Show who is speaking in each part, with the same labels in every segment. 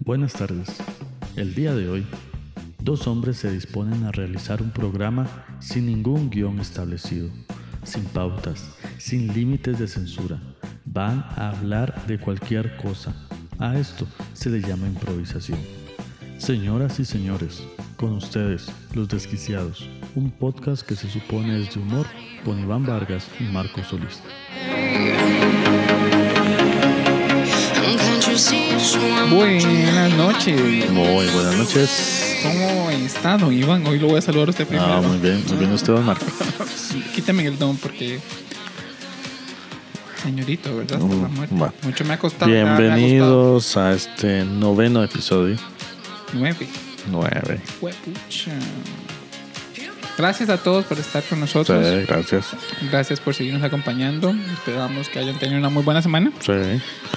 Speaker 1: Buenas tardes. El día de hoy, dos hombres se disponen a realizar un programa sin ningún guión establecido, sin pautas, sin límites de censura. Van a hablar de cualquier cosa. A esto se le llama improvisación. Señoras y señores, con ustedes, Los Desquiciados, un podcast que se supone es de humor con Iván Vargas y Marco Solís.
Speaker 2: Buenas noches.
Speaker 3: Muy buenas noches.
Speaker 2: ¿Cómo estado, Iván? Hoy lo voy a saludar a usted primero.
Speaker 3: Ah, muy bien, muy bien usted, don Marco.
Speaker 2: Quítame el don porque. Señorito, ¿verdad? Está
Speaker 3: Mm,
Speaker 2: muerto.
Speaker 3: va.
Speaker 2: Mucho me ha costado. nada me ha costado.
Speaker 3: Bienvenidos a este noveno episodio.
Speaker 2: Nueve.
Speaker 3: Nueve.
Speaker 2: Huepucha. Gracias a todos por estar con
Speaker 3: Sí,
Speaker 2: nosotros.
Speaker 3: gracias.
Speaker 2: Gracias por seguirnos acompañando. Esperamos que hayan tenido una muy buena semana.
Speaker 3: Sí.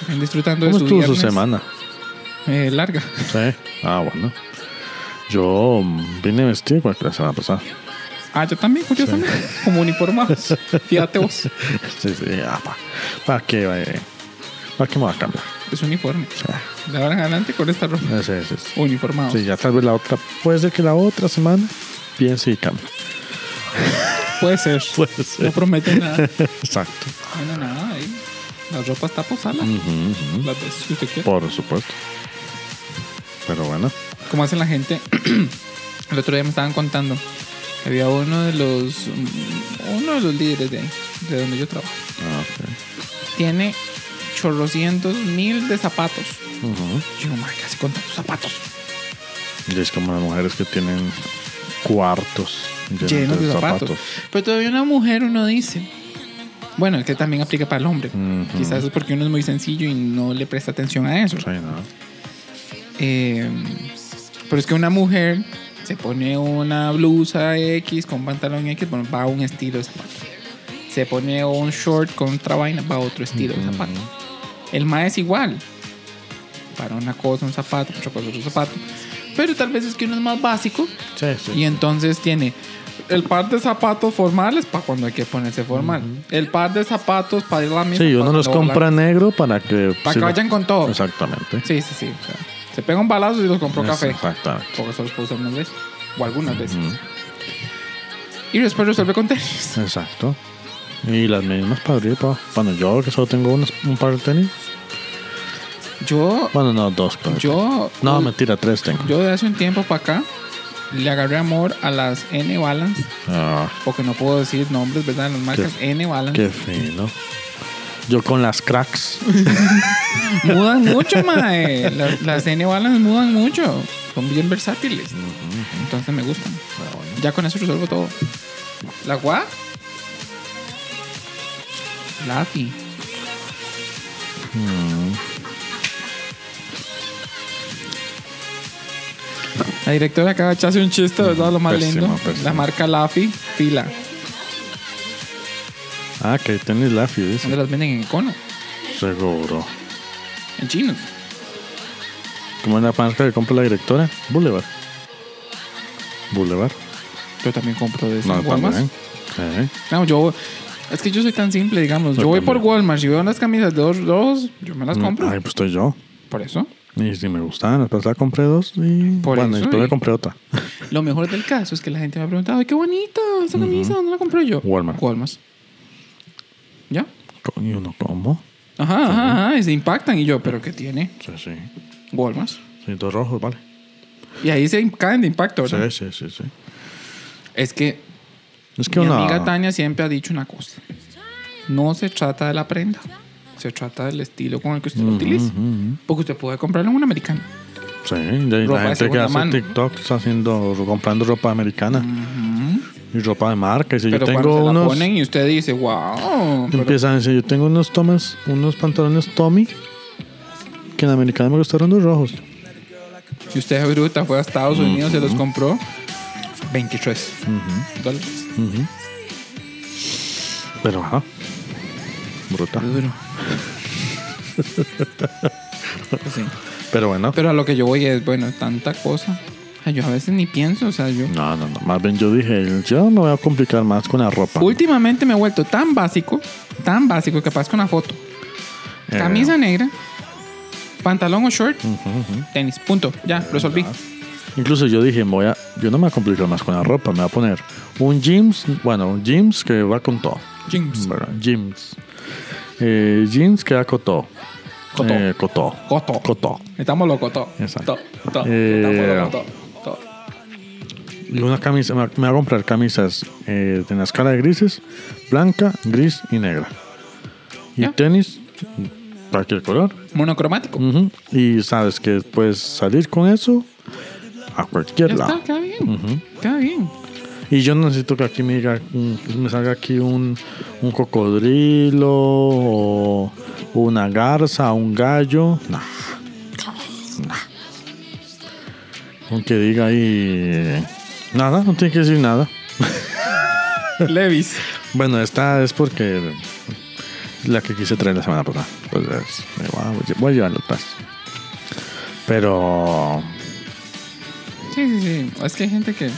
Speaker 2: Estén disfrutando de
Speaker 3: ¿Cómo
Speaker 2: su
Speaker 3: estuvo su
Speaker 2: viernes,
Speaker 3: semana?
Speaker 2: eh, larga.
Speaker 3: Sí. Ah, bueno. Yo mm, vine vestido igual que la semana pasada.
Speaker 2: Ah, yo también, curiosamente. Como uniformados. Fíjate vos.
Speaker 3: Sí, sí. Ah, pa. ¿Para qué? eh? ¿Para qué me voy a cambiar?
Speaker 2: Es uniforme.
Speaker 3: Sí.
Speaker 2: De ahora en adelante con esta ropa.
Speaker 3: Sí, sí, sí.
Speaker 2: Uniformados.
Speaker 3: Sí, ya tal vez la otra. Puede ser que la otra semana piense y cambie.
Speaker 2: Puede ser.
Speaker 3: Puede
Speaker 2: No promete nada.
Speaker 3: Exacto.
Speaker 2: Bueno, nada, ahí. La ropa está posada.
Speaker 3: Ujú, ujú.
Speaker 2: Las veces que usted quiera.
Speaker 3: Por supuesto. Pero bueno.
Speaker 2: Como hacen la gente. El otro día me estaban contando. que Había uno de los. mm, Uno de los líderes de ahí, de donde yo trabajo.
Speaker 3: Ah, ok.
Speaker 2: Tiene chorrocientos mil de zapatos.
Speaker 3: Ujú.
Speaker 2: Yo, madre, casi con tantos zapatos.
Speaker 3: Y es como las mujeres que tienen cuartos llenos,
Speaker 2: Llenos
Speaker 3: de,
Speaker 2: de zapatos.
Speaker 3: zapatos.
Speaker 2: Pero todavía una mujer uno dice. Bueno, es que también aplica para el hombre.
Speaker 3: Ujú.
Speaker 2: Quizás es porque uno es muy sencillo y no le presta atención a eso.
Speaker 3: Sí, ¿no?
Speaker 2: Eh, pero es que una mujer se pone una blusa X con pantalón X, bueno, va a un estilo de zapato. Se pone un short con otra vaina, va a otro estilo de zapato. El ma es igual. Para una cosa un zapato, para otra cosa otro zapato. Pero tal vez es que uno es más básico
Speaker 3: Sí, sí.
Speaker 2: y entonces tiene el par de zapatos formales para cuando hay que ponerse formal. El par de zapatos para ir a la misma.
Speaker 3: Sí, uno los compra negro para que...
Speaker 2: Para que
Speaker 3: sirva-
Speaker 2: vayan con todo.
Speaker 3: Exactamente.
Speaker 2: Sí, sí, sí. o sea, se pega un balazo y los compró café.
Speaker 3: Exactamente.
Speaker 2: Porque solo los puedo usar una vez. O algunas veces.
Speaker 3: Ujú.
Speaker 2: Y después resuelve con tenis.
Speaker 3: Exacto. Y las mismas para arriba y para abajo. Bueno, yo que solo tengo unas- un par de tenis.
Speaker 2: Yo.
Speaker 3: Bueno, no, dos. creo.
Speaker 2: Yo.
Speaker 3: No, mentira, tres tengo.
Speaker 2: Yo de hace un tiempo para acá. Le agarré amor a las N Balance.
Speaker 3: Ah,
Speaker 2: Porque no puedo decir nombres, ¿verdad? Las marcas N Balance.
Speaker 3: qué fino. Yo con las cracks.
Speaker 2: Mudan mucho, mae. Las, las N Balance mudan mucho. Son bien versátiles. Entonces me gustan. Ya con eso resuelvo todo. ¿La gua? Lafi. Hmm. La directora acaba de echarse un chiste, ¿verdad? Lo más
Speaker 3: Pésimo,
Speaker 2: lindo.
Speaker 3: pésimo.
Speaker 2: La marca Lafi, fila.
Speaker 3: Ah, que tenis Laffy,
Speaker 2: Donde
Speaker 3: dice.
Speaker 2: las venden en Econo,
Speaker 3: Seguro.
Speaker 2: en chinos.
Speaker 3: ¿Cómo es la panza que compra la directora? Boulevard. Boulevard.
Speaker 2: Yo también compro de
Speaker 3: No,
Speaker 2: esas guamas.
Speaker 3: también. Sí.
Speaker 2: No, yo. Es que yo soy tan simple, digamos. Yo
Speaker 3: Yo
Speaker 2: voy por
Speaker 3: también.
Speaker 2: Walmart. Si veo unas camisas de dos, dos yo me las compro.
Speaker 3: Ay, pues estoy yo.
Speaker 2: Por eso.
Speaker 3: Y si me gustaban, las pasadas compré dos y.
Speaker 2: Por
Speaker 3: bueno, y
Speaker 2: eso,
Speaker 3: después
Speaker 2: y-
Speaker 3: me compré otra.
Speaker 2: Lo mejor del caso es que la gente me ha preguntado, ¡ay, qué bonita esa camisa! ¿Dónde la compré yo?
Speaker 3: Walmart.
Speaker 2: Walmart. ¿Ya?
Speaker 3: Coño, no como.
Speaker 2: Ajá, ajá, ajá. Y se impactan. Y yo, ¿pero qué tiene?
Speaker 3: Sí, sí.
Speaker 2: Walmart.
Speaker 3: Sí, dos rojos, vale.
Speaker 2: Y ahí se caen de impacto, ¿verdad?
Speaker 3: Sí, sí, sí, sí.
Speaker 2: Es que
Speaker 3: Es que
Speaker 2: mi
Speaker 3: una.
Speaker 2: amiga Tania siempre ha dicho una cosa. No se trata de la prenda. Se trata del estilo con el que usted lo utiliza.
Speaker 3: ujú.
Speaker 2: Porque usted puede comprarlo en una americana.
Speaker 3: Sí, de
Speaker 2: Ropa de
Speaker 3: ahí la gente que
Speaker 2: segunda
Speaker 3: hace
Speaker 2: mano.
Speaker 3: TikTok está haciendo, comprando ropa americana y ropa de marca. Y si
Speaker 2: Pero
Speaker 3: yo
Speaker 2: cuando
Speaker 3: tengo
Speaker 2: se la
Speaker 3: unos.
Speaker 2: ponen y usted dice, wow. pero-
Speaker 3: Empiezan a decir, yo tengo unos tomas, unos pantalones Tommy, que en americano me gustaron los rojos.
Speaker 2: Si usted es bruta, fue a Estados Unidos, se los compró 23 dólares.
Speaker 3: Pero ajá. Bruta.
Speaker 2: Duro. Pues sí.
Speaker 3: Pero bueno.
Speaker 2: Pero a lo que yo voy es, bueno, tanta cosa. O sea, yo a veces ni pienso, o sea, yo...
Speaker 3: No, no, no. Más bien yo dije, yo me voy a complicar más con la ropa.
Speaker 2: Últimamente me he vuelto tan básico, tan básico que aparezco una foto.
Speaker 3: Eh,
Speaker 2: Camisa negra, Pantalón o short,
Speaker 3: Ujú, ujú.
Speaker 2: tenis. Punto. Ya, resolví.
Speaker 3: Incluso yo dije, voy a, yo no me voy a complicar más con la ropa, me voy a poner un jeans, bueno, un jeans que va con todo.
Speaker 2: Jeans.
Speaker 3: ¿verdad? Jeans. Eh, jeans que va con todo.
Speaker 2: Cotó.
Speaker 3: Eh, cotó.
Speaker 2: Coto.
Speaker 3: Cotó.
Speaker 2: Estamos locos, todo.
Speaker 3: Exacto.
Speaker 2: To, to,
Speaker 3: Eh,
Speaker 2: estamos locos, to, to.
Speaker 3: Y una camisa, me voy a comprar camisas eh, en la escala de grises, blanca, gris y negra. Y
Speaker 2: Ya.
Speaker 3: tenis, cualquier color.
Speaker 2: Monocromático.
Speaker 3: Ujú. Y sabes que puedes salir con eso a cualquier
Speaker 2: Ya
Speaker 3: lado.
Speaker 2: está, queda bien.
Speaker 3: Ujú.
Speaker 2: Queda bien.
Speaker 3: Y yo no necesito que aquí me, diga, mm, me salga aquí un, un cocodrilo o una garza, un gallo. Nah. Nah. Aunque diga ahí eh, nada, no tiene que decir nada.
Speaker 2: Levis.
Speaker 3: Bueno, esta es porque la que quise traer la semana pasada. Entonces, me voy a- voy a, llevarlo atrás. Pero
Speaker 2: Sí, sí, sí. Es que hay gente que.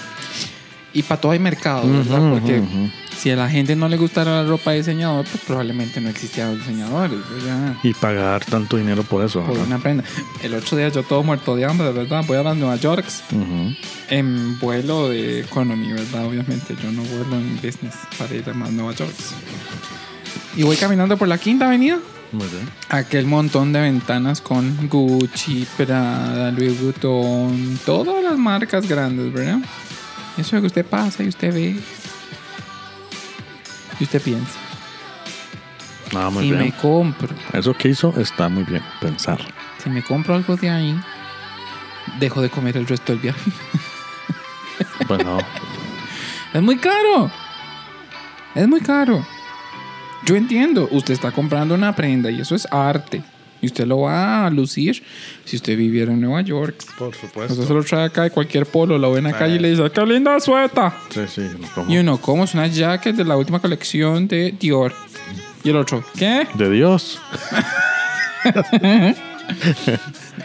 Speaker 2: Y para todo hay mercado, ¿verdad?
Speaker 3: Ujú,
Speaker 2: Porque
Speaker 3: ujú.
Speaker 2: si a la gente no le gustara la ropa de diseñador, pues probablemente no existían los diseñadores, ¿verdad?
Speaker 3: y pagar tanto dinero por eso.
Speaker 2: Por
Speaker 3: ¿verdad?
Speaker 2: una prenda. El otro día yo todo muerto de hambre, ¿verdad? Voy a las Nueva York
Speaker 3: Ujú.
Speaker 2: en vuelo de economy, ¿verdad? Obviamente yo no vuelo en business para ir a más Nueva York. Y voy caminando por la quinta avenida.
Speaker 3: Muy bien.
Speaker 2: Aquel montón de ventanas con Gucci, Prada, Louis Vuitton, todas las marcas grandes, ¿verdad? Eso es que usted pasa y usted ve. Y usted piensa,
Speaker 3: Ah, muy
Speaker 2: si
Speaker 3: bien.
Speaker 2: me compro,
Speaker 3: Eso que hizo está muy bien pensar.
Speaker 2: si me compro algo de ahí, dejo de comer el resto del viaje.
Speaker 3: Bueno,
Speaker 2: Es muy caro. Es muy caro. Yo entiendo, usted está comprando una prenda y eso es arte. Y usted lo va a lucir si usted viviera en Nueva York.
Speaker 3: por
Speaker 2: Usted
Speaker 3: supuesto.
Speaker 2: se lo trae acá de cualquier polo, lo ve en la
Speaker 3: Sí.
Speaker 2: calle y le dice, "Ah, ¡qué linda sueta!
Speaker 3: Sí, sí, como-
Speaker 2: Y uno, ¿cómo es una jacket de la última colección de Dior? Y el otro, ¿qué?
Speaker 3: De Dios.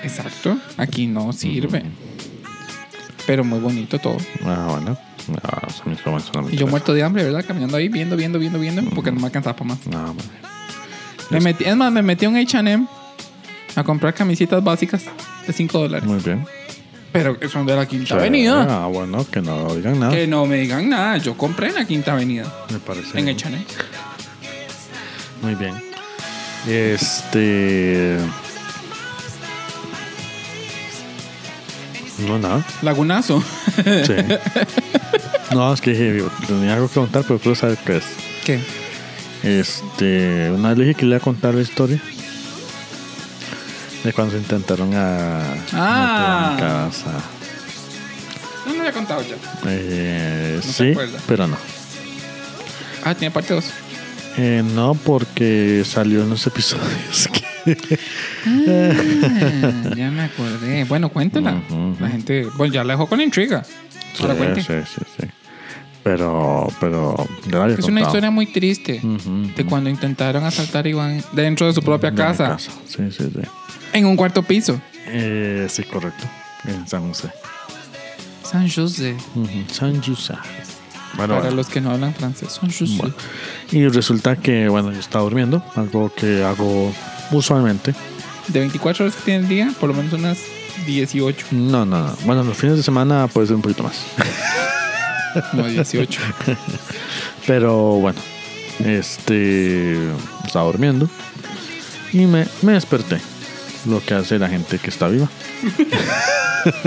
Speaker 2: Exacto, aquí no sirve. Pero muy bonito todo.
Speaker 3: Ah, bueno. Ah, eso me hizo- eso no me
Speaker 2: Y yo
Speaker 3: interesa.
Speaker 2: muerto de hambre, ¿verdad? Caminando ahí, viendo, viendo, viendo, viendo, porque no me alcanzaba para más.
Speaker 3: No, bueno. Pues
Speaker 2: Me metí, es más, me metí a un HM a comprar camisetas básicas de 5 dólares.
Speaker 3: Muy bien.
Speaker 2: Pero que son de la Quinta
Speaker 3: Chévere.
Speaker 2: Avenida.
Speaker 3: Ah, bueno, que no digan nada.
Speaker 2: Que no me digan nada, yo compré en la Quinta Avenida.
Speaker 3: Me parece.
Speaker 2: En
Speaker 3: bien.
Speaker 2: HM.
Speaker 3: Muy bien. Este. No, nada.
Speaker 2: Lagunazo.
Speaker 3: Sí. no, es que dije, tenía algo que contar, pero quiero saber qué es.
Speaker 2: ¿Qué?
Speaker 3: Este, una vez le dije que le iba a contar la historia de cuando se intentaron a
Speaker 2: Ah.
Speaker 3: meter a mi casa.
Speaker 2: No me había contado ya.
Speaker 3: Eh,
Speaker 2: se
Speaker 3: sí,
Speaker 2: acuerda.
Speaker 3: pero no.
Speaker 2: Ah, tiene parte 2.
Speaker 3: Eh, no, porque salió en los episodios que-
Speaker 2: ya me acordé. Bueno, cuéntala.
Speaker 3: Ujú, ujú.
Speaker 2: La gente, bueno, ya la dejó con intriga. Ahora Ah, cuente.
Speaker 3: sí, sí, sí, sí. Pero, pero ya la había
Speaker 2: Es una
Speaker 3: contado.
Speaker 2: historia muy triste
Speaker 3: Ujú,
Speaker 2: de cuando intentaron asaltar a Iván dentro de su propia
Speaker 3: de mi
Speaker 2: casa,
Speaker 3: Sí, sí, sí.
Speaker 2: en un cuarto piso.
Speaker 3: Eh, sí, correcto. En San José.
Speaker 2: San José.
Speaker 3: Ujú, San José. Bueno,
Speaker 2: Para
Speaker 3: bueno.
Speaker 2: los que no hablan francés, San José.
Speaker 3: Bueno, y resulta que, bueno, yo estaba durmiendo, algo que hago usualmente.
Speaker 2: De 24 horas que tiene el día, por lo menos unas 18.
Speaker 3: No, no, no. Bueno, los fines de semana puede ser un poquito más.
Speaker 2: No, 18.
Speaker 3: Pero bueno, este. Estaba durmiendo y me, me desperté. Lo que hace la gente que está viva.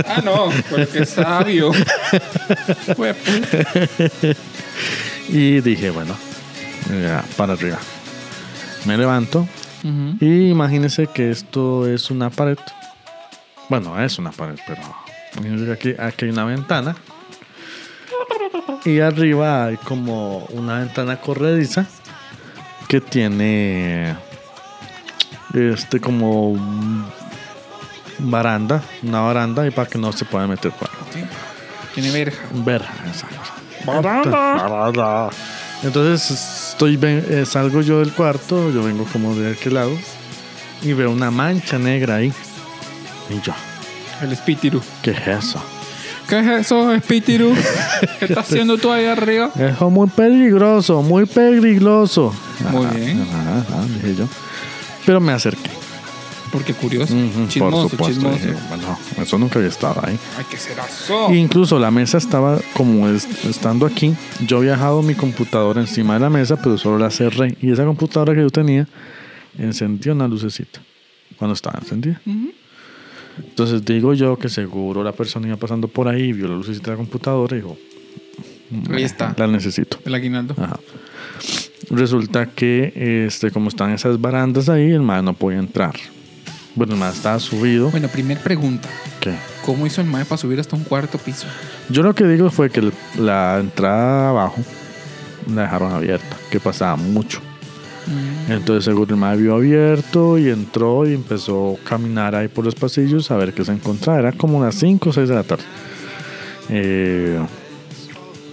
Speaker 2: ah, no, porque es sabio. Fue pues. puta.
Speaker 3: Y dije, bueno, ya, para arriba. Me levanto
Speaker 2: Ujú.
Speaker 3: y imagínense que esto es una pared. Bueno, es una pared, pero imagínense que aquí, aquí hay una ventana. Y arriba hay como una ventana corrediza que tiene este como un baranda, una baranda y para que no se pueda meter pues. para
Speaker 2: Sí. Tiene verja.
Speaker 3: verja. esa cosa. Baranda. Entonces estoy ven- eh, salgo yo del cuarto, yo vengo como de aquel lado y veo una mancha negra ahí. Y yo,
Speaker 2: El espíritu.
Speaker 3: ¿qué es eso?
Speaker 2: ¿Qué es eso, espíritu? ¿Qué estás haciendo tú ahí arriba?
Speaker 3: Eso muy peligroso, muy peligroso. Ah,
Speaker 2: Muy bien.
Speaker 3: ajá, ajá, dije yo. Pero me acerqué.
Speaker 2: porque curioso,
Speaker 4: Ujú,
Speaker 2: chismoso, chismoso.
Speaker 4: dije, bueno, eso nunca había estado ahí.
Speaker 2: Ay, ¿qué será eso?
Speaker 3: Incluso la mesa estaba como es- estando aquí. Yo he viajado mi computadora encima de la mesa, pero solo la cerré. Y esa computadora que yo tenía encendía una lucecita cuando estaba encendida.
Speaker 2: Ujú.
Speaker 3: Entonces digo yo que seguro la persona iba pasando por ahí, vio la lucecita de la computadora y dijo,
Speaker 2: Ahí está,
Speaker 3: la necesito.
Speaker 2: el aguinaldo.
Speaker 3: Ajá. Resulta que, este, como están esas barandas ahí, el man no podía entrar. Bueno, el man estaba subido.
Speaker 2: Bueno, primer pregunta.
Speaker 3: ¿Qué?
Speaker 2: ¿Cómo hizo el mae para subir hasta un cuarto piso?
Speaker 3: Yo lo que digo fue que el- la entrada abajo la dejaron abierta, que pasaba mucho.
Speaker 2: Mm.
Speaker 3: Entonces seguro el man vio abierto y entró y empezó a caminar ahí por los pasillos a ver qué se encontraba. Era como las 5 o 6 de la tarde. Eh,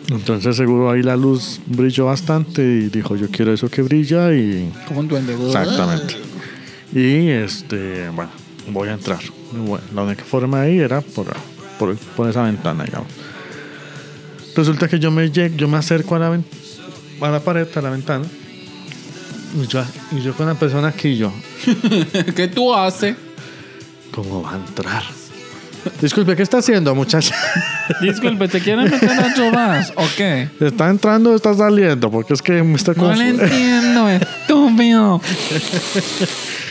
Speaker 3: entonces seguro ahí la luz brilló bastante y dijo yo quiero eso que brilla y
Speaker 2: Como un duende.
Speaker 3: Exactamente. Y este, bueno, voy a entrar. Y Bueno, la única forma ahí era por, por, por esa ventana, digamos. Resulta que yo me, lle- yo me acerco a la, ven- a la pared, a la ventana. Y yo, y yo con la persona aquí, yo,
Speaker 2: ¿Qué tú haces?
Speaker 3: ¿cómo va a entrar? Disculpe, ¿qué está haciendo, muchacha?
Speaker 2: Disculpe, ¿te quieren meter a llorar o qué?
Speaker 3: ¿Está entrando o está saliendo? Porque es que me está
Speaker 2: No le
Speaker 3: confu-
Speaker 2: entiendo, estúpido.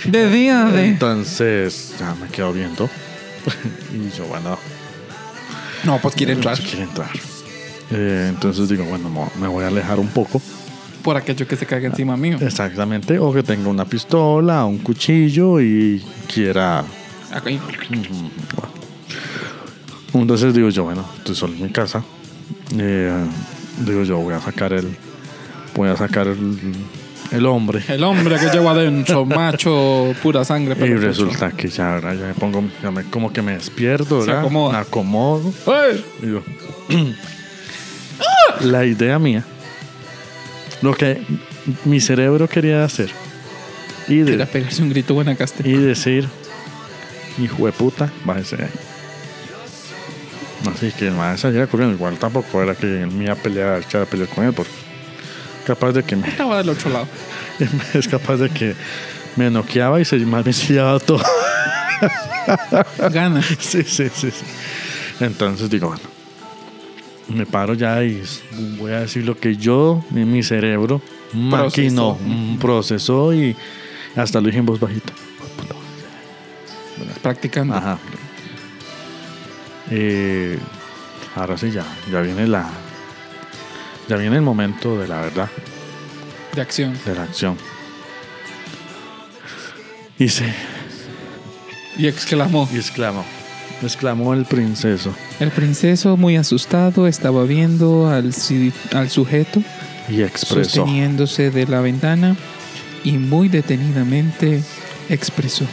Speaker 2: de.
Speaker 3: Entonces, ya me quedo viendo. y yo, bueno,
Speaker 2: No, pues quiere entrar
Speaker 3: Si quiere entrar. Eh, entonces digo, bueno, mo- me voy a alejar un poco.
Speaker 2: por aquello que se caga encima mío.
Speaker 3: Exactamente. O que tenga una pistola, un cuchillo y quiera.
Speaker 2: Acá.
Speaker 3: Entonces digo yo, bueno, estoy solo en mi casa. Eh, digo yo, voy a sacar el. Voy a sacar el, el hombre.
Speaker 2: El hombre que lleva adentro, macho, pura sangre.
Speaker 3: Y
Speaker 2: pero pues, mucho.
Speaker 3: resulta que ya, ¿verdad? ya me pongo, ya me- como que me despierto,
Speaker 2: Se
Speaker 3: ¿verdad?
Speaker 2: acomoda.
Speaker 3: Me acomodo.
Speaker 2: ¡Ey!
Speaker 3: Y yo, la idea mía, lo que mi cerebro quería hacer y, de-
Speaker 2: Era pegarse un grito guanacaste.
Speaker 3: y decir, hijo de puta, bájese de ahí. Así que el maestro salía corriendo, igual tampoco era que me iba a pelear, echar a pelear con él, porque capaz de que me,
Speaker 2: Estaba del otro lado.
Speaker 3: es capaz de que me noqueaba y se, más bien se llevaba todo.
Speaker 2: Gana.
Speaker 3: sí, sí, sí, sí. Entonces digo, bueno, me paro ya y s- voy a decir lo que yo, mi, mi cerebro, maquinó,
Speaker 2: Procesó.
Speaker 3: mm, procesó y hasta lo dije en voz bajita.
Speaker 2: Practicando.
Speaker 3: Ajá. Eh, ahora sí, ya, ya viene la. Ya viene el momento de la verdad,
Speaker 2: De acción.
Speaker 3: de la acción. Hice,
Speaker 2: Y exclamó.
Speaker 3: y exclamó, exclamó el princeso.
Speaker 2: El princeso, muy asustado, estaba viendo al, si- al sujeto
Speaker 3: Y expresó.
Speaker 2: sosteniéndose de la ventana y muy detenidamente expresó.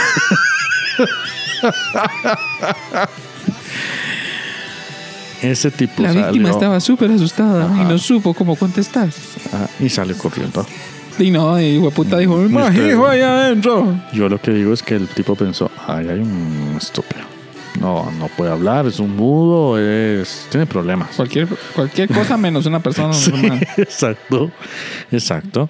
Speaker 3: Ese tipo
Speaker 2: La
Speaker 3: Pues salió
Speaker 2: víctima estaba súper asustada
Speaker 3: Ajá.
Speaker 2: y no supo cómo contestar.
Speaker 3: ah, y salió corriendo.
Speaker 2: Y no, y puta dijo, "Mi más
Speaker 3: Mister-
Speaker 2: hijo ahí adentro.
Speaker 3: Yo lo que digo es que el tipo pensó, ay, hay un estúpido. No, no puede hablar, es un mudo, es tiene problemas.
Speaker 2: Cualquier, cualquier cosa menos una persona
Speaker 3: Sí,
Speaker 2: normal.
Speaker 3: exacto, exacto.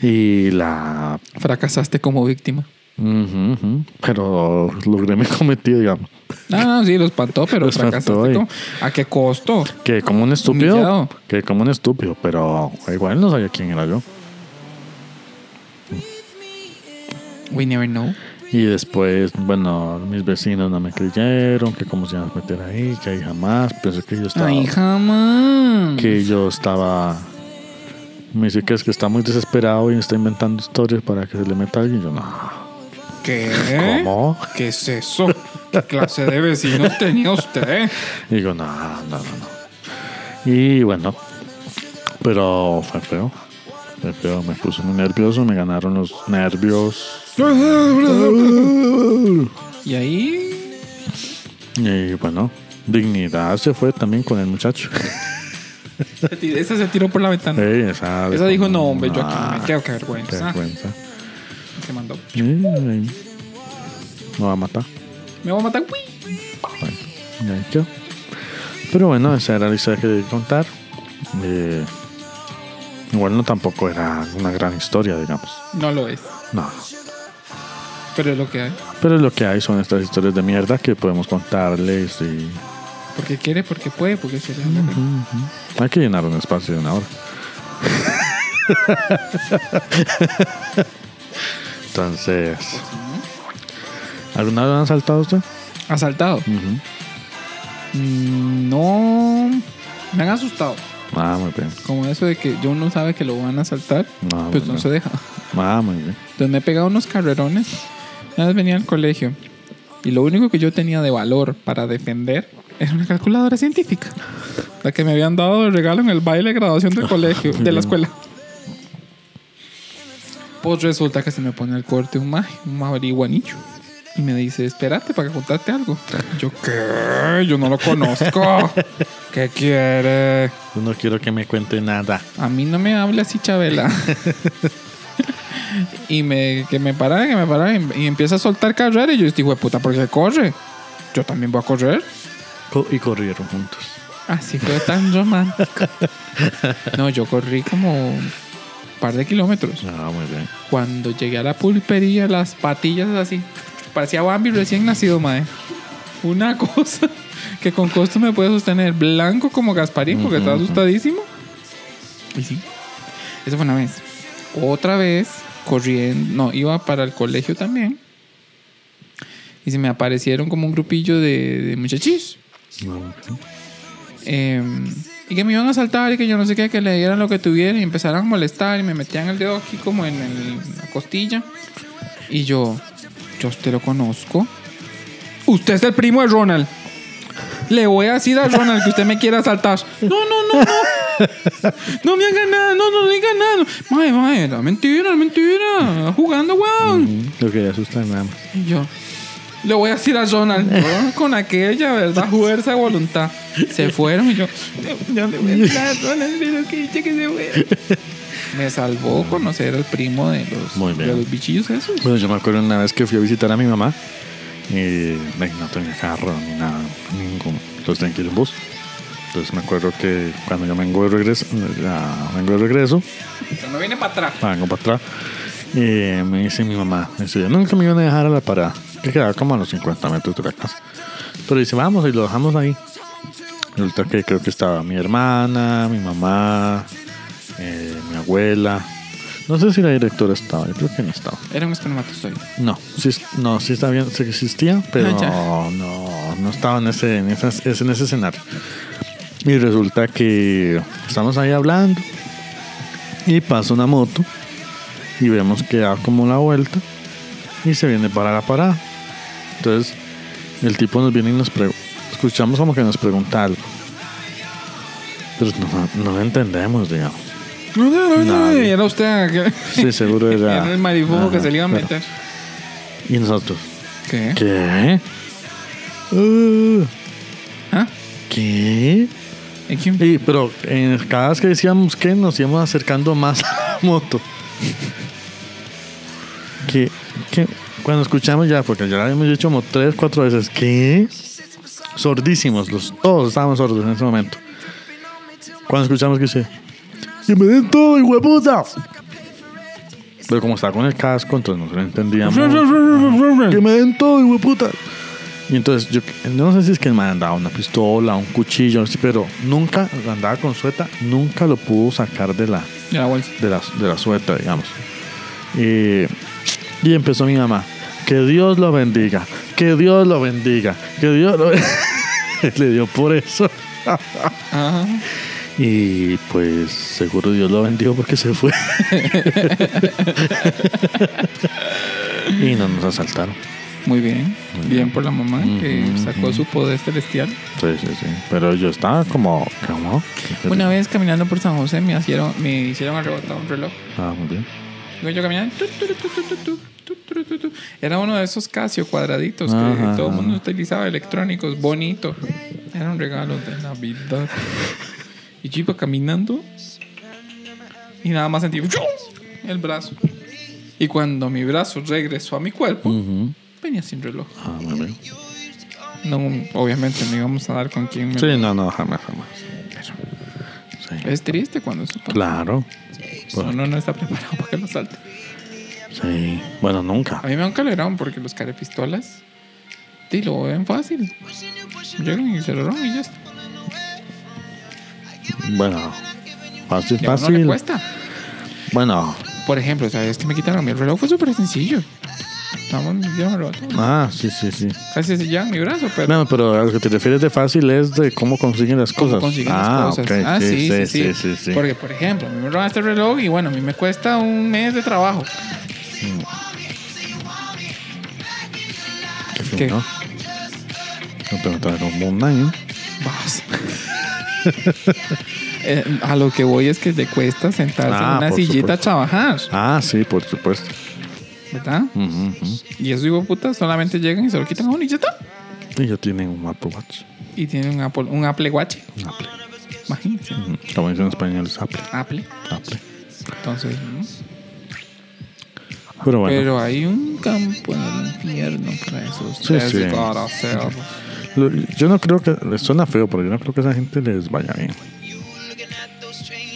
Speaker 3: Y la...
Speaker 2: Fracasaste como víctima.
Speaker 3: ujú, ujú, pero logré mi cometido, digamos.
Speaker 2: No, no, Ah, sí, lo espantó, pero
Speaker 3: Lo espantó
Speaker 2: fracasaste.
Speaker 3: y-
Speaker 2: como- ¿A qué costo?
Speaker 3: Que como un estúpido.
Speaker 2: Humillado.
Speaker 3: Que como un estúpido, pero igual no sabía quién era yo.
Speaker 2: We never know.
Speaker 3: Y después, bueno, mis vecinos no me creyeron, que cómo se iban a meter ahí, que ahí jamás. Pensé que yo estaba.
Speaker 2: Ay, jamás.
Speaker 3: Que yo estaba. Me dice que es que está muy desesperado y está inventando historias para que se le meta alguien. Yo, no.
Speaker 2: ¿Qué?
Speaker 3: ¿Cómo?
Speaker 2: ¿Qué es eso? ¿Qué clase de vecinos tenía usted?
Speaker 3: Y digo, no, no, no, no. Y bueno, pero fue feo. Fue feo, me puso muy nervioso, me ganaron los nervios.
Speaker 2: Y ahí
Speaker 3: Y bueno, dignidad se fue también con el muchacho.
Speaker 2: se tiró- esa se tiró por la ventana.
Speaker 3: Ey, esa,
Speaker 2: Esa dijo, no, hombre, yo aquí no
Speaker 3: Eh, Ah,
Speaker 2: me quedo, qué
Speaker 3: Qué
Speaker 2: vergüenza.
Speaker 3: vergüenza.
Speaker 2: Se mandó.
Speaker 3: Sí, ahí. Me va a matar.
Speaker 2: Me voy a matar. uy.
Speaker 3: Ahí, y ahí quedó. Pero bueno, esa era la historia que quería contar. Eh, igual no tampoco era una gran historia, digamos.
Speaker 2: No lo es.
Speaker 3: No.
Speaker 2: Pero es lo que hay.
Speaker 3: Pero lo que hay son estas historias de mierda que podemos contarles y
Speaker 2: Porque quiere, porque puede, porque se le da la gana.
Speaker 3: hay que llenar un espacio de una hora. Entonces, ¿alguna vez han saltado usted?
Speaker 2: ¿Asaltado?
Speaker 3: Ujú.
Speaker 2: Mm, No. Me han asustado.
Speaker 3: Ah, muy bien.
Speaker 2: Como eso de que yo no sabe que lo van a asaltar,
Speaker 3: Ah,
Speaker 2: pues no
Speaker 3: bueno.
Speaker 2: se deja.
Speaker 3: Ah, muy bien.
Speaker 2: Entonces me he pegado unos carrerones. Una vez venía al colegio y lo único que yo tenía de valor para defender era una calculadora científica. La que me habían dado de regalo en el baile de graduación del colegio, de la escuela. Pues resulta que se me pone al corte un maje, un marihuanillo. Y me dice, espérate para contarte algo. Yo, ¿qué? Yo no lo conozco. ¿Qué quiere?
Speaker 3: Yo Pues no quiero que me cuente nada.
Speaker 2: A mí no me hable así, Chabela. y me, que me parara, que me parara. Y, y empieza a soltar carrera. Y yo digo, "Hijo de puta, ¿por qué corre? Yo también voy a correr.
Speaker 3: Co- y corrieron juntos.
Speaker 2: Así fue tan romántico. no, yo corrí como un par de kilómetros.
Speaker 3: Ah, muy bien.
Speaker 2: Cuando llegué a la pulpería, las patillas así. Parecía Bambi recién nacido, madre. Una cosa que con costo me puede sostener. Blanco como Gasparín, porque está asustadísimo. Y sí. Eso fue una vez. Otra vez, corriendo. No, iba para el colegio también. Y se me aparecieron como un grupillo de, de muchachis. Em, y que me iban a saltar y que yo no sé qué, que le dieran lo que tuvieran y empezaron a molestar y me metían el dedo aquí como en, el- en la costilla. Y yo, yo a usted lo conozco. Usted es el primo de Ronald. Le voy a decir a Ronald que usted me quiera saltar. No, no, no, no. No me haga nada, no, no diga nada. Mae, mae, era mentira, era mentira. Jugando, weón.
Speaker 3: Mm, Lo que le asusta nada más.
Speaker 2: Y yo, le voy a decir a Ronald, ¿no? con aquella, ¿verdad? Fuerza de voluntad. Se fueron y yo, "No, no le voy a decir a Ronald, pero que dicha que se fuera". Me salvó conocer al primo de
Speaker 3: Muy
Speaker 2: los,
Speaker 3: bien.
Speaker 2: de los bichillos esos.
Speaker 3: Bueno, yo me acuerdo una vez que fui a visitar a mi mamá y ven, no tenía carro ni nada, ninguno. Entonces tenía que ir en bus. Entonces me acuerdo que cuando yo vengo de regreso, ya vengo de regreso,
Speaker 2: Pero no viene para atrás.
Speaker 3: Ah, vengo para atrás, y me dice mi mamá, me dice, yo nunca me iban a dejar a la parada, que quedaba como a los 50 metros de la casa. Pero dice, vamos, y lo dejamos ahí. Resulta que creo que estaba mi hermana, mi mamá, eh, mi abuela. No sé si la directora estaba, yo creo que no estaba.
Speaker 2: Era un espermatozoide.
Speaker 3: No, sí, no, sí está bien, sí existía, pero
Speaker 2: Ah, ya.
Speaker 3: no, no estaba en ese, en, esas- es- en ese escenario. Y resulta que estamos ahí hablando y pasa una moto y vemos que da como la vuelta y se viene para la parada. Entonces el tipo nos viene y nos pregunta, escuchamos como que nos pregunta algo. Pero no, no lo entendemos, digamos.
Speaker 2: No, no,
Speaker 3: no, no.
Speaker 2: Era usted. aquel-
Speaker 3: Sí, seguro era...
Speaker 2: Era el marifujo
Speaker 3: Ajá,
Speaker 2: que se le iba a
Speaker 3: pero-
Speaker 2: meter.
Speaker 3: Y nosotros,
Speaker 2: ¿Qué?
Speaker 3: ¿qué? Uh,
Speaker 2: ¿Ah?
Speaker 3: ¿Qué?
Speaker 2: ¿Y quién?
Speaker 3: Y, pero en cada vez que decíamos que nos íbamos acercando más a la moto. Que, que cuando escuchamos ya, porque ya lo habíamos dicho como tres, cuatro veces, ¿qué? Sordísimos, los, todos estábamos sordos en ese momento. Cuando escuchamos que dice, ¡Que me den todo, hijo de puta! Pero como estaba con el casco, entonces no se lo entendíamos. ¡Que me den todo, hijo de puta! Y entonces, yo no sé si es que me andaba una pistola, un cuchillo, no sé, pero nunca andaba con sueta, nunca lo pudo sacar de la,
Speaker 2: Ya la bolsa.
Speaker 3: de la, de la sueta, digamos. Y, y empezó mi mamá, que Dios lo bendiga, que Dios lo bendiga, que Dios lo Le dio por eso.
Speaker 2: Ah,
Speaker 3: Y pues seguro Dios lo bendijo porque se fue. y no nos asaltaron.
Speaker 2: muy bien. Bien por la mamá que sacó su poder celestial.
Speaker 3: Sí, sí, sí. Pero yo estaba como... ¿Cómo?
Speaker 2: Una vez caminando por San José me hicieron, me hicieron arrebatar un reloj.
Speaker 3: Ah, muy bien.
Speaker 2: Iba yo caminando. tu, tu, tu, tu, tu, tu, tu, tu, tu, tu. Era uno de esos Casio cuadraditos que
Speaker 3: Ajá,
Speaker 2: todo el
Speaker 3: ajá.
Speaker 2: mundo utilizaba, electrónicos, bonito. Era un regalo de Navidad. Y yo iba caminando y nada más sentí ¡chum! el brazo. Y cuando mi brazo regresó a mi cuerpo, venía sin reloj.
Speaker 3: Ah, muy bien.
Speaker 2: No, obviamente no íbamos a dar con quién. me-
Speaker 3: Sí, no, no, jamás, jamás. Sí.
Speaker 2: Es triste cuando eso pasa.
Speaker 3: Claro.
Speaker 2: Uno no está preparado para que lo salte.
Speaker 3: Sí. Bueno, nunca.
Speaker 2: A mí me da un calerón porque los carepistolas, sí, lo ven fácil. Llegan y se lo roban y ya está.
Speaker 3: Bueno. Fácil,
Speaker 2: Y a uno le
Speaker 3: fácil.
Speaker 2: cuesta.
Speaker 3: Bueno.
Speaker 2: Por ejemplo, ¿sabes qué me quitaron? Mi reloj fue súper sencillo. Vamos, yo me lo todo.
Speaker 3: Ah, sí, sí, sí.
Speaker 2: Casi se llevan mi brazo, pero.
Speaker 3: No, pero a lo que te refieres de fácil es de cómo consiguen las
Speaker 2: ¿Cómo
Speaker 3: cosas.
Speaker 2: consiguen
Speaker 3: ah,
Speaker 2: las cosas?
Speaker 3: ok.
Speaker 2: Ah, sí, sí, sí,
Speaker 3: sí, sí.
Speaker 2: Porque, por ejemplo, a mí me roban este reloj y bueno, a mí me cuesta un mes de trabajo.
Speaker 3: Qué fin,
Speaker 2: ¿Qué?
Speaker 3: ¿no? No, pero todavía como un año.
Speaker 2: Vas. Eh, a lo que voy es que te cuesta sentarse
Speaker 3: Ah,
Speaker 2: en una
Speaker 3: por
Speaker 2: sillita
Speaker 3: supuesto.
Speaker 2: a trabajar,
Speaker 3: Ah, sí, por supuesto.
Speaker 2: ¿verdad?
Speaker 3: Ujú, ujú.
Speaker 2: Y esos hijos putas solamente llegan y se lo quitan a uno y ya está.
Speaker 3: Y ya tienen un Apple Watch.
Speaker 2: Y tienen un Apple, un Apple Watch.
Speaker 3: Un Apple.
Speaker 2: Imagínense.
Speaker 3: Ujú. Como dicen en español, es Apple.
Speaker 2: Apple.
Speaker 3: Apple.
Speaker 2: Entonces, ¿no?
Speaker 3: Pero bueno,
Speaker 2: pero hay un campo en el infierno para esos
Speaker 3: Sí,
Speaker 2: tres
Speaker 3: sí.
Speaker 2: desgraciados.
Speaker 3: lo- yo no creo que. Les suena feo, pero yo no creo que a esa gente les vaya bien.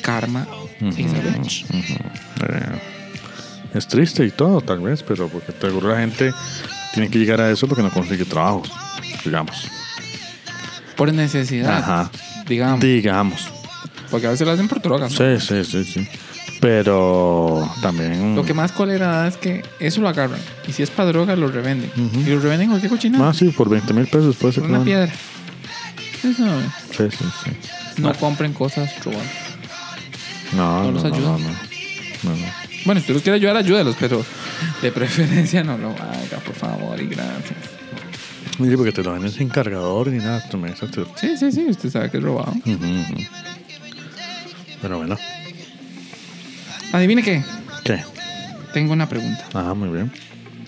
Speaker 2: Karma. Sí, ¿sabes?
Speaker 3: Eh, es triste y todo, tal vez, pero porque seguro la gente tiene que llegar a eso porque no consigue trabajos, digamos.
Speaker 2: Por necesidad.
Speaker 3: Ajá.
Speaker 2: Digamos.
Speaker 3: Digamos.
Speaker 2: Porque a veces lo hacen por drogas. ¿no?
Speaker 3: Sí, sí, sí, sí. Pero también.
Speaker 2: Lo que más cólera da es que eso lo agarran. Y si es para droga, lo revenden.
Speaker 3: Ujú.
Speaker 2: Y lo revenden en cualquier cochinada.
Speaker 3: Ah, sí, por 20 mil pesos puede ser.
Speaker 2: Por una
Speaker 3: claro. Ah.
Speaker 2: piedra. Eso no.
Speaker 3: Sí, sí, sí.
Speaker 2: No compren cosas robadas.
Speaker 3: No,
Speaker 2: ¿No
Speaker 3: no,
Speaker 2: los
Speaker 3: no,
Speaker 2: ayuda?
Speaker 3: no, no. No, no.
Speaker 2: Bueno, si tú los quieres ayudar, ayúdalos, pero de preferencia no lo haga, por favor, y gracias.
Speaker 3: Sí, porque te lo venden sin cargador ni nada. tú me dices, te-
Speaker 2: Sí, sí, sí, usted sabe que es robado.
Speaker 3: Ujú, ujú. Pero bueno,
Speaker 2: Adivine qué,
Speaker 3: ¿qué?
Speaker 2: tengo una pregunta
Speaker 3: Ah, muy bien.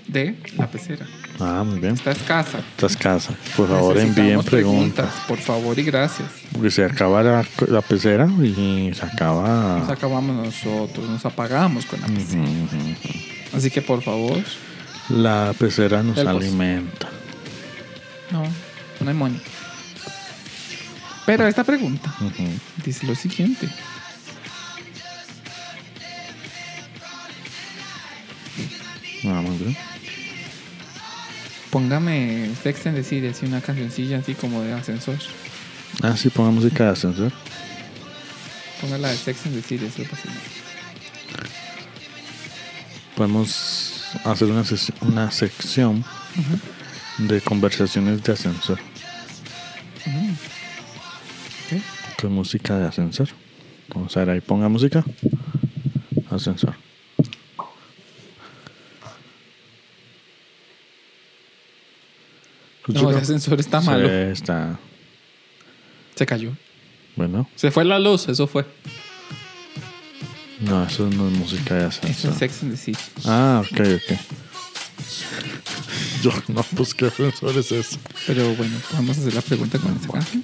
Speaker 2: de la pecera.
Speaker 3: Ah, muy bien.
Speaker 2: Está escasa.
Speaker 3: Estas casas, por favor, envíen
Speaker 2: Necesitamos
Speaker 3: preguntas.
Speaker 2: por favor y gracias.
Speaker 3: Porque se acaba la, la pecera y se acaba.
Speaker 2: Nos acabamos nosotros, nos apagamos con la pecera.
Speaker 3: Ujú, ujú.
Speaker 2: Así que por favor,
Speaker 3: La pecera nos
Speaker 2: El bosque.
Speaker 3: alimenta.
Speaker 2: no, no hay money. Pero esta pregunta
Speaker 3: Ujú.
Speaker 2: dice lo siguiente.
Speaker 3: Ah, muy bien.
Speaker 2: Póngame Sex and the City, así una cancioncilla así como de ascensor.
Speaker 3: Ah, sí, ponga música de ascensor.
Speaker 2: Póngala de Sex and the City, eso es así.
Speaker 3: Podemos hacer una, ses- una sección de conversaciones de ascensor.
Speaker 2: ¿Qué?
Speaker 3: Con música de ascensor. Vamos a ver ahí, ponga música. Ascensor.
Speaker 2: No, el ascensor está malo.
Speaker 3: Pues Sí, está.
Speaker 2: Se cayó.
Speaker 3: Bueno,
Speaker 2: Se fue la luz, eso fue.
Speaker 3: no, eso no es música de
Speaker 2: Eso
Speaker 3: ascensor.
Speaker 2: es Sex and the City.
Speaker 3: Ah, ok, ok. Yo no, pues qué ascensor es eso.
Speaker 2: Pero bueno, vamos a hacer la pregunta con esta canción.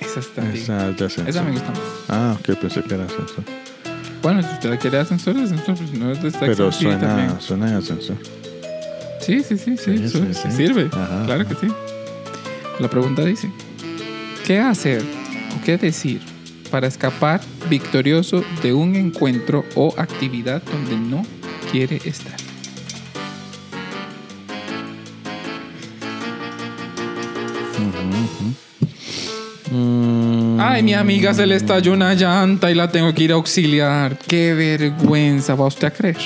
Speaker 2: Esa está bien. Esa,
Speaker 3: Esa es de ascensor.
Speaker 2: me gusta más.
Speaker 3: Ah, ok, pensé que era ascensor.
Speaker 2: Bueno, si usted quiere ascensor, ascensor, pues no es de Sex and
Speaker 3: Pero
Speaker 2: the City también.
Speaker 3: suena, suena de ascensor.
Speaker 2: Sí, sí, sí, sí,
Speaker 3: Sí,
Speaker 2: su-
Speaker 3: sí, sí.
Speaker 2: sirve.
Speaker 3: Ajá,
Speaker 2: claro
Speaker 3: ajá.
Speaker 2: que sí. La pregunta dice, ¿qué hacer o qué decir para escapar victorioso de un encuentro o actividad donde no quiere estar? Ay, mi amiga se le estalló una llanta y la tengo que ir a auxiliar. Qué vergüenza, ¿va usted a creer?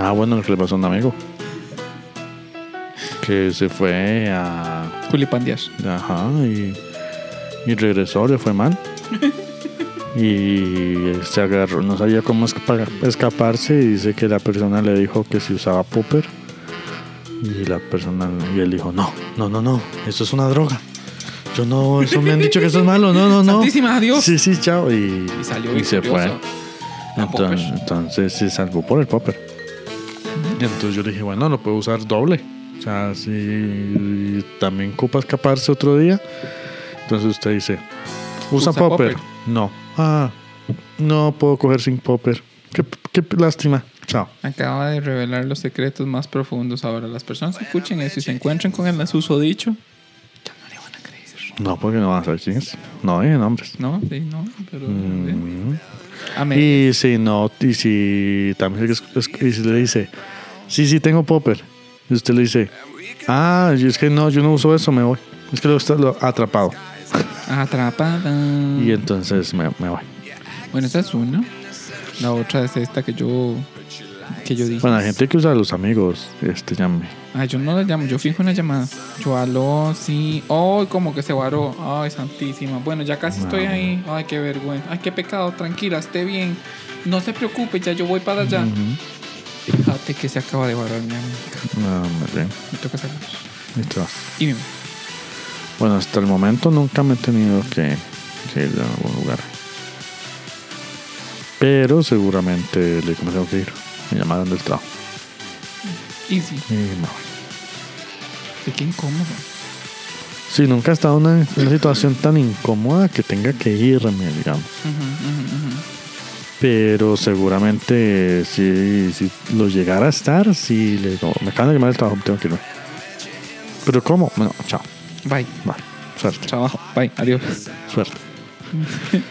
Speaker 3: Ah, bueno, lo que le pasó a un amigo. Que se fue a.
Speaker 2: Culipandear.
Speaker 3: Ajá, y. Y regresó, le fue mal. Y se agarró, no sabía cómo escapa- escaparse. Y dice que la persona le dijo que si usaba popper. Y la persona, y él dijo: No, no, no, no, eso es una droga. Yo no, eso me han dicho que eso es malo, no, no, no.
Speaker 2: Santísima, adiós.
Speaker 3: Sí, sí, chao. Y,
Speaker 2: Y salió
Speaker 3: se fue.
Speaker 2: victorioso. Ah,
Speaker 3: Entonces,
Speaker 2: popper.
Speaker 3: entonces se salvó por el popper. Y entonces yo le dije, bueno, lo puedo usar doble. O sea, si también ocupa escaparse otro día, entonces usted dice, usa,
Speaker 2: Usa
Speaker 3: popper.
Speaker 2: popper.
Speaker 3: No. Ah, no puedo coger sin popper. Qué, qué lástima. Chao.
Speaker 2: Acaba de revelar los secretos más profundos. Ahora las personas que escuchen eso y se encuentren con el susodicho, ya no le van a creer.
Speaker 3: No, porque no vas a saber quién es. No dije nombres.
Speaker 2: No, sí, no, pero.
Speaker 3: Mm.
Speaker 2: A mí.
Speaker 3: Y si no, y si también es- es- y si le dice, sí, sí, tengo popper. Y usted le dice, ah, yo- es que no, yo no uso eso, me voy. Es que lo está lo- atrapado.
Speaker 2: Atrapada. Mm.
Speaker 3: Y entonces me, me voy.
Speaker 2: Bueno, esa es una. La otra es esta que yo. Que yo dije.
Speaker 3: Bueno, la gente que usa a los amigos, este, llame.
Speaker 2: Ah, yo no la llamo, yo fijo una llamada. Yo aló, sí. Ay, como que se varó. Ay, santísima. Bueno, ya casi estoy ahí. Ay, qué vergüenza. Ay, qué pecado. Tranquila, esté bien. No se preocupe, ya yo voy para allá. Fíjate que se acaba de varar mi amiga.
Speaker 3: No, hombre,
Speaker 2: Me toca salir.
Speaker 3: y te vas.
Speaker 2: Y me-
Speaker 3: Bueno, hasta el momento nunca me he tenido que, que ir a algún lugar. Pero seguramente le me tengo que ir. Me llamaron del trabajo.
Speaker 2: y sí,
Speaker 3: Y me voy.
Speaker 2: de qué incómodo.
Speaker 3: Sí, nunca he estado en una, una situación tan incómoda que tenga que irme, digamos.
Speaker 2: Ujú, ujú, ujú.
Speaker 3: Pero seguramente eh, si, si lo llegara a estar, si le digo, me acaban de llamar del trabajo, tengo que irme. Pero ¿cómo? Bueno, chao.
Speaker 2: Bye.
Speaker 3: Vale, suerte.
Speaker 2: Trabajo. Bye. Adiós.
Speaker 3: Suerte.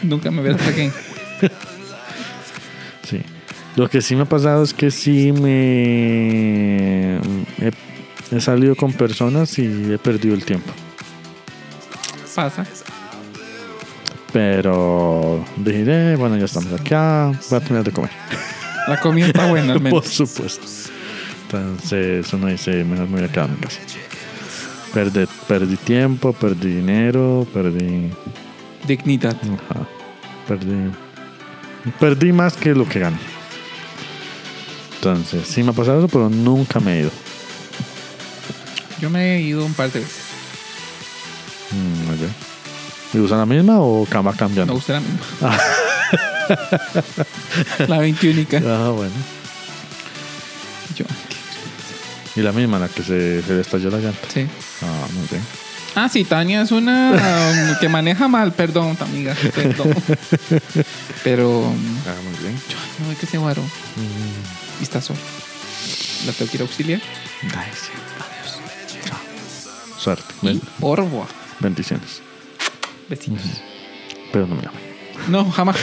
Speaker 2: Nunca me verás aquí.
Speaker 3: Sí. Lo que sí me ha pasado es que sí me... He, he salido con personas y he perdido el tiempo.
Speaker 2: Pasa.
Speaker 3: Pero dije, eh, bueno, ya estamos acá, voy a terminar de comer.
Speaker 2: La comida está buena al
Speaker 3: Por
Speaker 2: menos.
Speaker 3: supuesto. Entonces uno dice, mejor me voy a quedar en mi casa. Perdí, perdí tiempo, perdí dinero, perdí...
Speaker 2: Dignidad.
Speaker 3: ajá, perdí... Perdí más que lo que gané. Entonces, sí me ha pasado eso, pero nunca me he ido.
Speaker 2: Yo me he ido un par de veces.
Speaker 3: Mm, ok. ¿Y usan la misma o ca- va cambiando?
Speaker 2: No, usted la misma. la 21
Speaker 3: Ah, bueno.
Speaker 2: Yo.
Speaker 3: Y la misma, la que se, se le estalló la llanta.
Speaker 2: Sí.
Speaker 3: Ah, muy bien.
Speaker 2: Ah, sí, Tania es una um, que maneja mal, perdón, amiga, perdón. Pero um,
Speaker 3: Ah, muy bien.
Speaker 2: no es que se varó. Y está sola. La tengo que ir a auxiliar.
Speaker 3: Nice. Chao. Suerte.
Speaker 2: Y
Speaker 3: Ben-
Speaker 2: Orboa.
Speaker 3: bendiciones.
Speaker 2: Besitos.
Speaker 3: Pero no me llamen.
Speaker 2: No, jamás.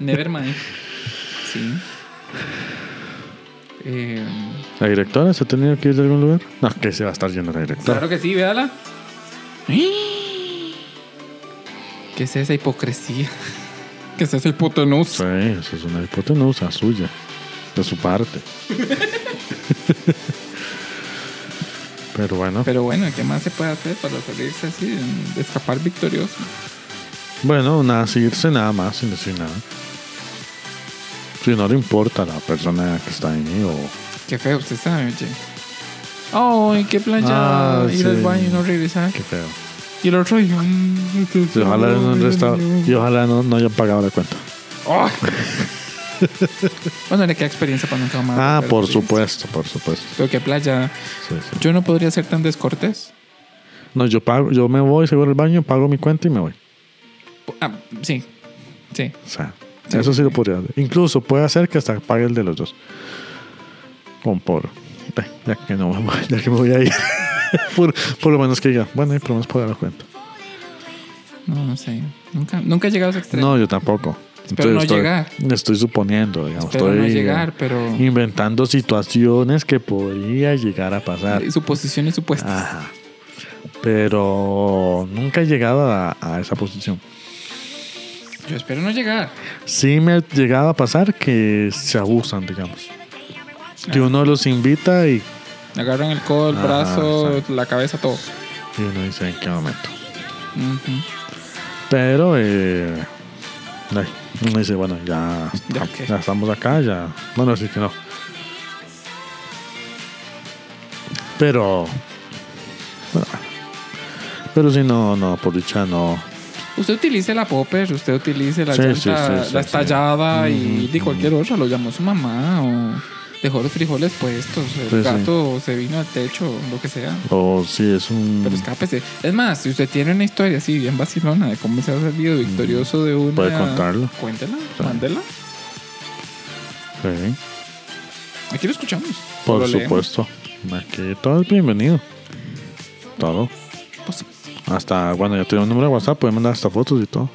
Speaker 2: Never mind. Sí. Eh,
Speaker 3: ¿La directora se ha tenido que ir de algún lugar? No, que se va a estar yendo la directora.
Speaker 2: claro que sí, véala. ¿Qué es esa hipocresía? ¿Qué es esa hipotenusa?
Speaker 3: Sí, eso es una hipotenusa suya, de su parte. Pero bueno.
Speaker 2: Pero bueno, ¿qué más se puede hacer para salirse así, de escapar victorioso?
Speaker 3: Bueno, nada, seguirse nada más sin decir nada. Si no le importa la persona que está ahí o...
Speaker 2: Qué feo, usted sabe, oye. Ay, qué playa
Speaker 3: Ah,
Speaker 2: ir al
Speaker 3: sí.
Speaker 2: baño y no regresar.
Speaker 3: Qué feo.
Speaker 2: Y el otro, yo. mm,
Speaker 3: Y ojalá, no, resta- y ojalá no, no hayan pagado la cuenta.
Speaker 2: Ay. bueno, le queda experiencia para nunca más.
Speaker 3: Ah,
Speaker 2: volver,
Speaker 3: por
Speaker 2: sí.
Speaker 3: supuesto, por supuesto.
Speaker 2: Pero qué playa.
Speaker 3: Sí, sí.
Speaker 2: Yo no podría ser tan descortés.
Speaker 3: No, yo pago, yo me voy, seguro al baño, pago mi cuenta y me voy.
Speaker 2: Ah, sí. Sí.
Speaker 3: O sea,
Speaker 2: Sí.
Speaker 3: eso sí lo podría hacer. Incluso puede hacer que hasta pague el de los dos. Con por. eh, Ya que no me voy, ya que me voy a ir. por, por lo menos que diga, bueno, eh, por lo menos pagar la cuenta.
Speaker 2: No, no sé. Nunca, nunca he llegado a ese extremo.
Speaker 3: No, yo tampoco.
Speaker 2: Espero no
Speaker 3: estoy,
Speaker 2: llegar.
Speaker 3: Estoy suponiendo, digamos.
Speaker 2: Espero no
Speaker 3: estoy
Speaker 2: llegar, pero.
Speaker 3: inventando situaciones que podría llegar a pasar.
Speaker 2: Suposición y supuestas.
Speaker 3: Ajá. Pero nunca he llegado a- a esa posición.
Speaker 2: Yo espero no llegar.
Speaker 3: Sí me ha llegado a pasar que se abusan, digamos. Que uno los invita y,
Speaker 2: Me agarran el codo, el
Speaker 3: Ajá,
Speaker 2: brazo, la cabeza, todo.
Speaker 3: y uno dice en qué momento.
Speaker 2: Ujú.
Speaker 3: Pero eh, ay, uno dice, bueno, ya,
Speaker 2: Ya, ok.
Speaker 3: ya estamos acá, ya. Bueno, así que no. Pero, bueno, pero si no, no, por dicha no.
Speaker 2: Usted utilice la popper, usted utilice la
Speaker 3: Sí,
Speaker 2: llanta,
Speaker 3: sí, sí, sí,
Speaker 2: la
Speaker 3: sí.
Speaker 2: estallada y
Speaker 3: Ujú,
Speaker 2: de cualquier otra. Lo llamó su mamá o dejó los frijoles puestos. El
Speaker 3: Sí, Pues sí.
Speaker 2: gato se vino al techo, lo que sea.
Speaker 3: O si es un.
Speaker 2: Pero escápese. Es más, si usted tiene una historia así bien vacilona de cómo se ha salido victorioso de una...
Speaker 3: Puede contarlo.
Speaker 2: Cuéntela,
Speaker 3: Sí.
Speaker 2: mándela.
Speaker 3: Sí,
Speaker 2: Aquí lo escuchamos.
Speaker 3: por
Speaker 2: Lo leemos.
Speaker 3: supuesto. Aquí todo es bienvenido. Todo.
Speaker 2: Pues sí.
Speaker 3: Hasta, bueno, ya tenemos un número de WhatsApp, podemos mandar hasta fotos y todo.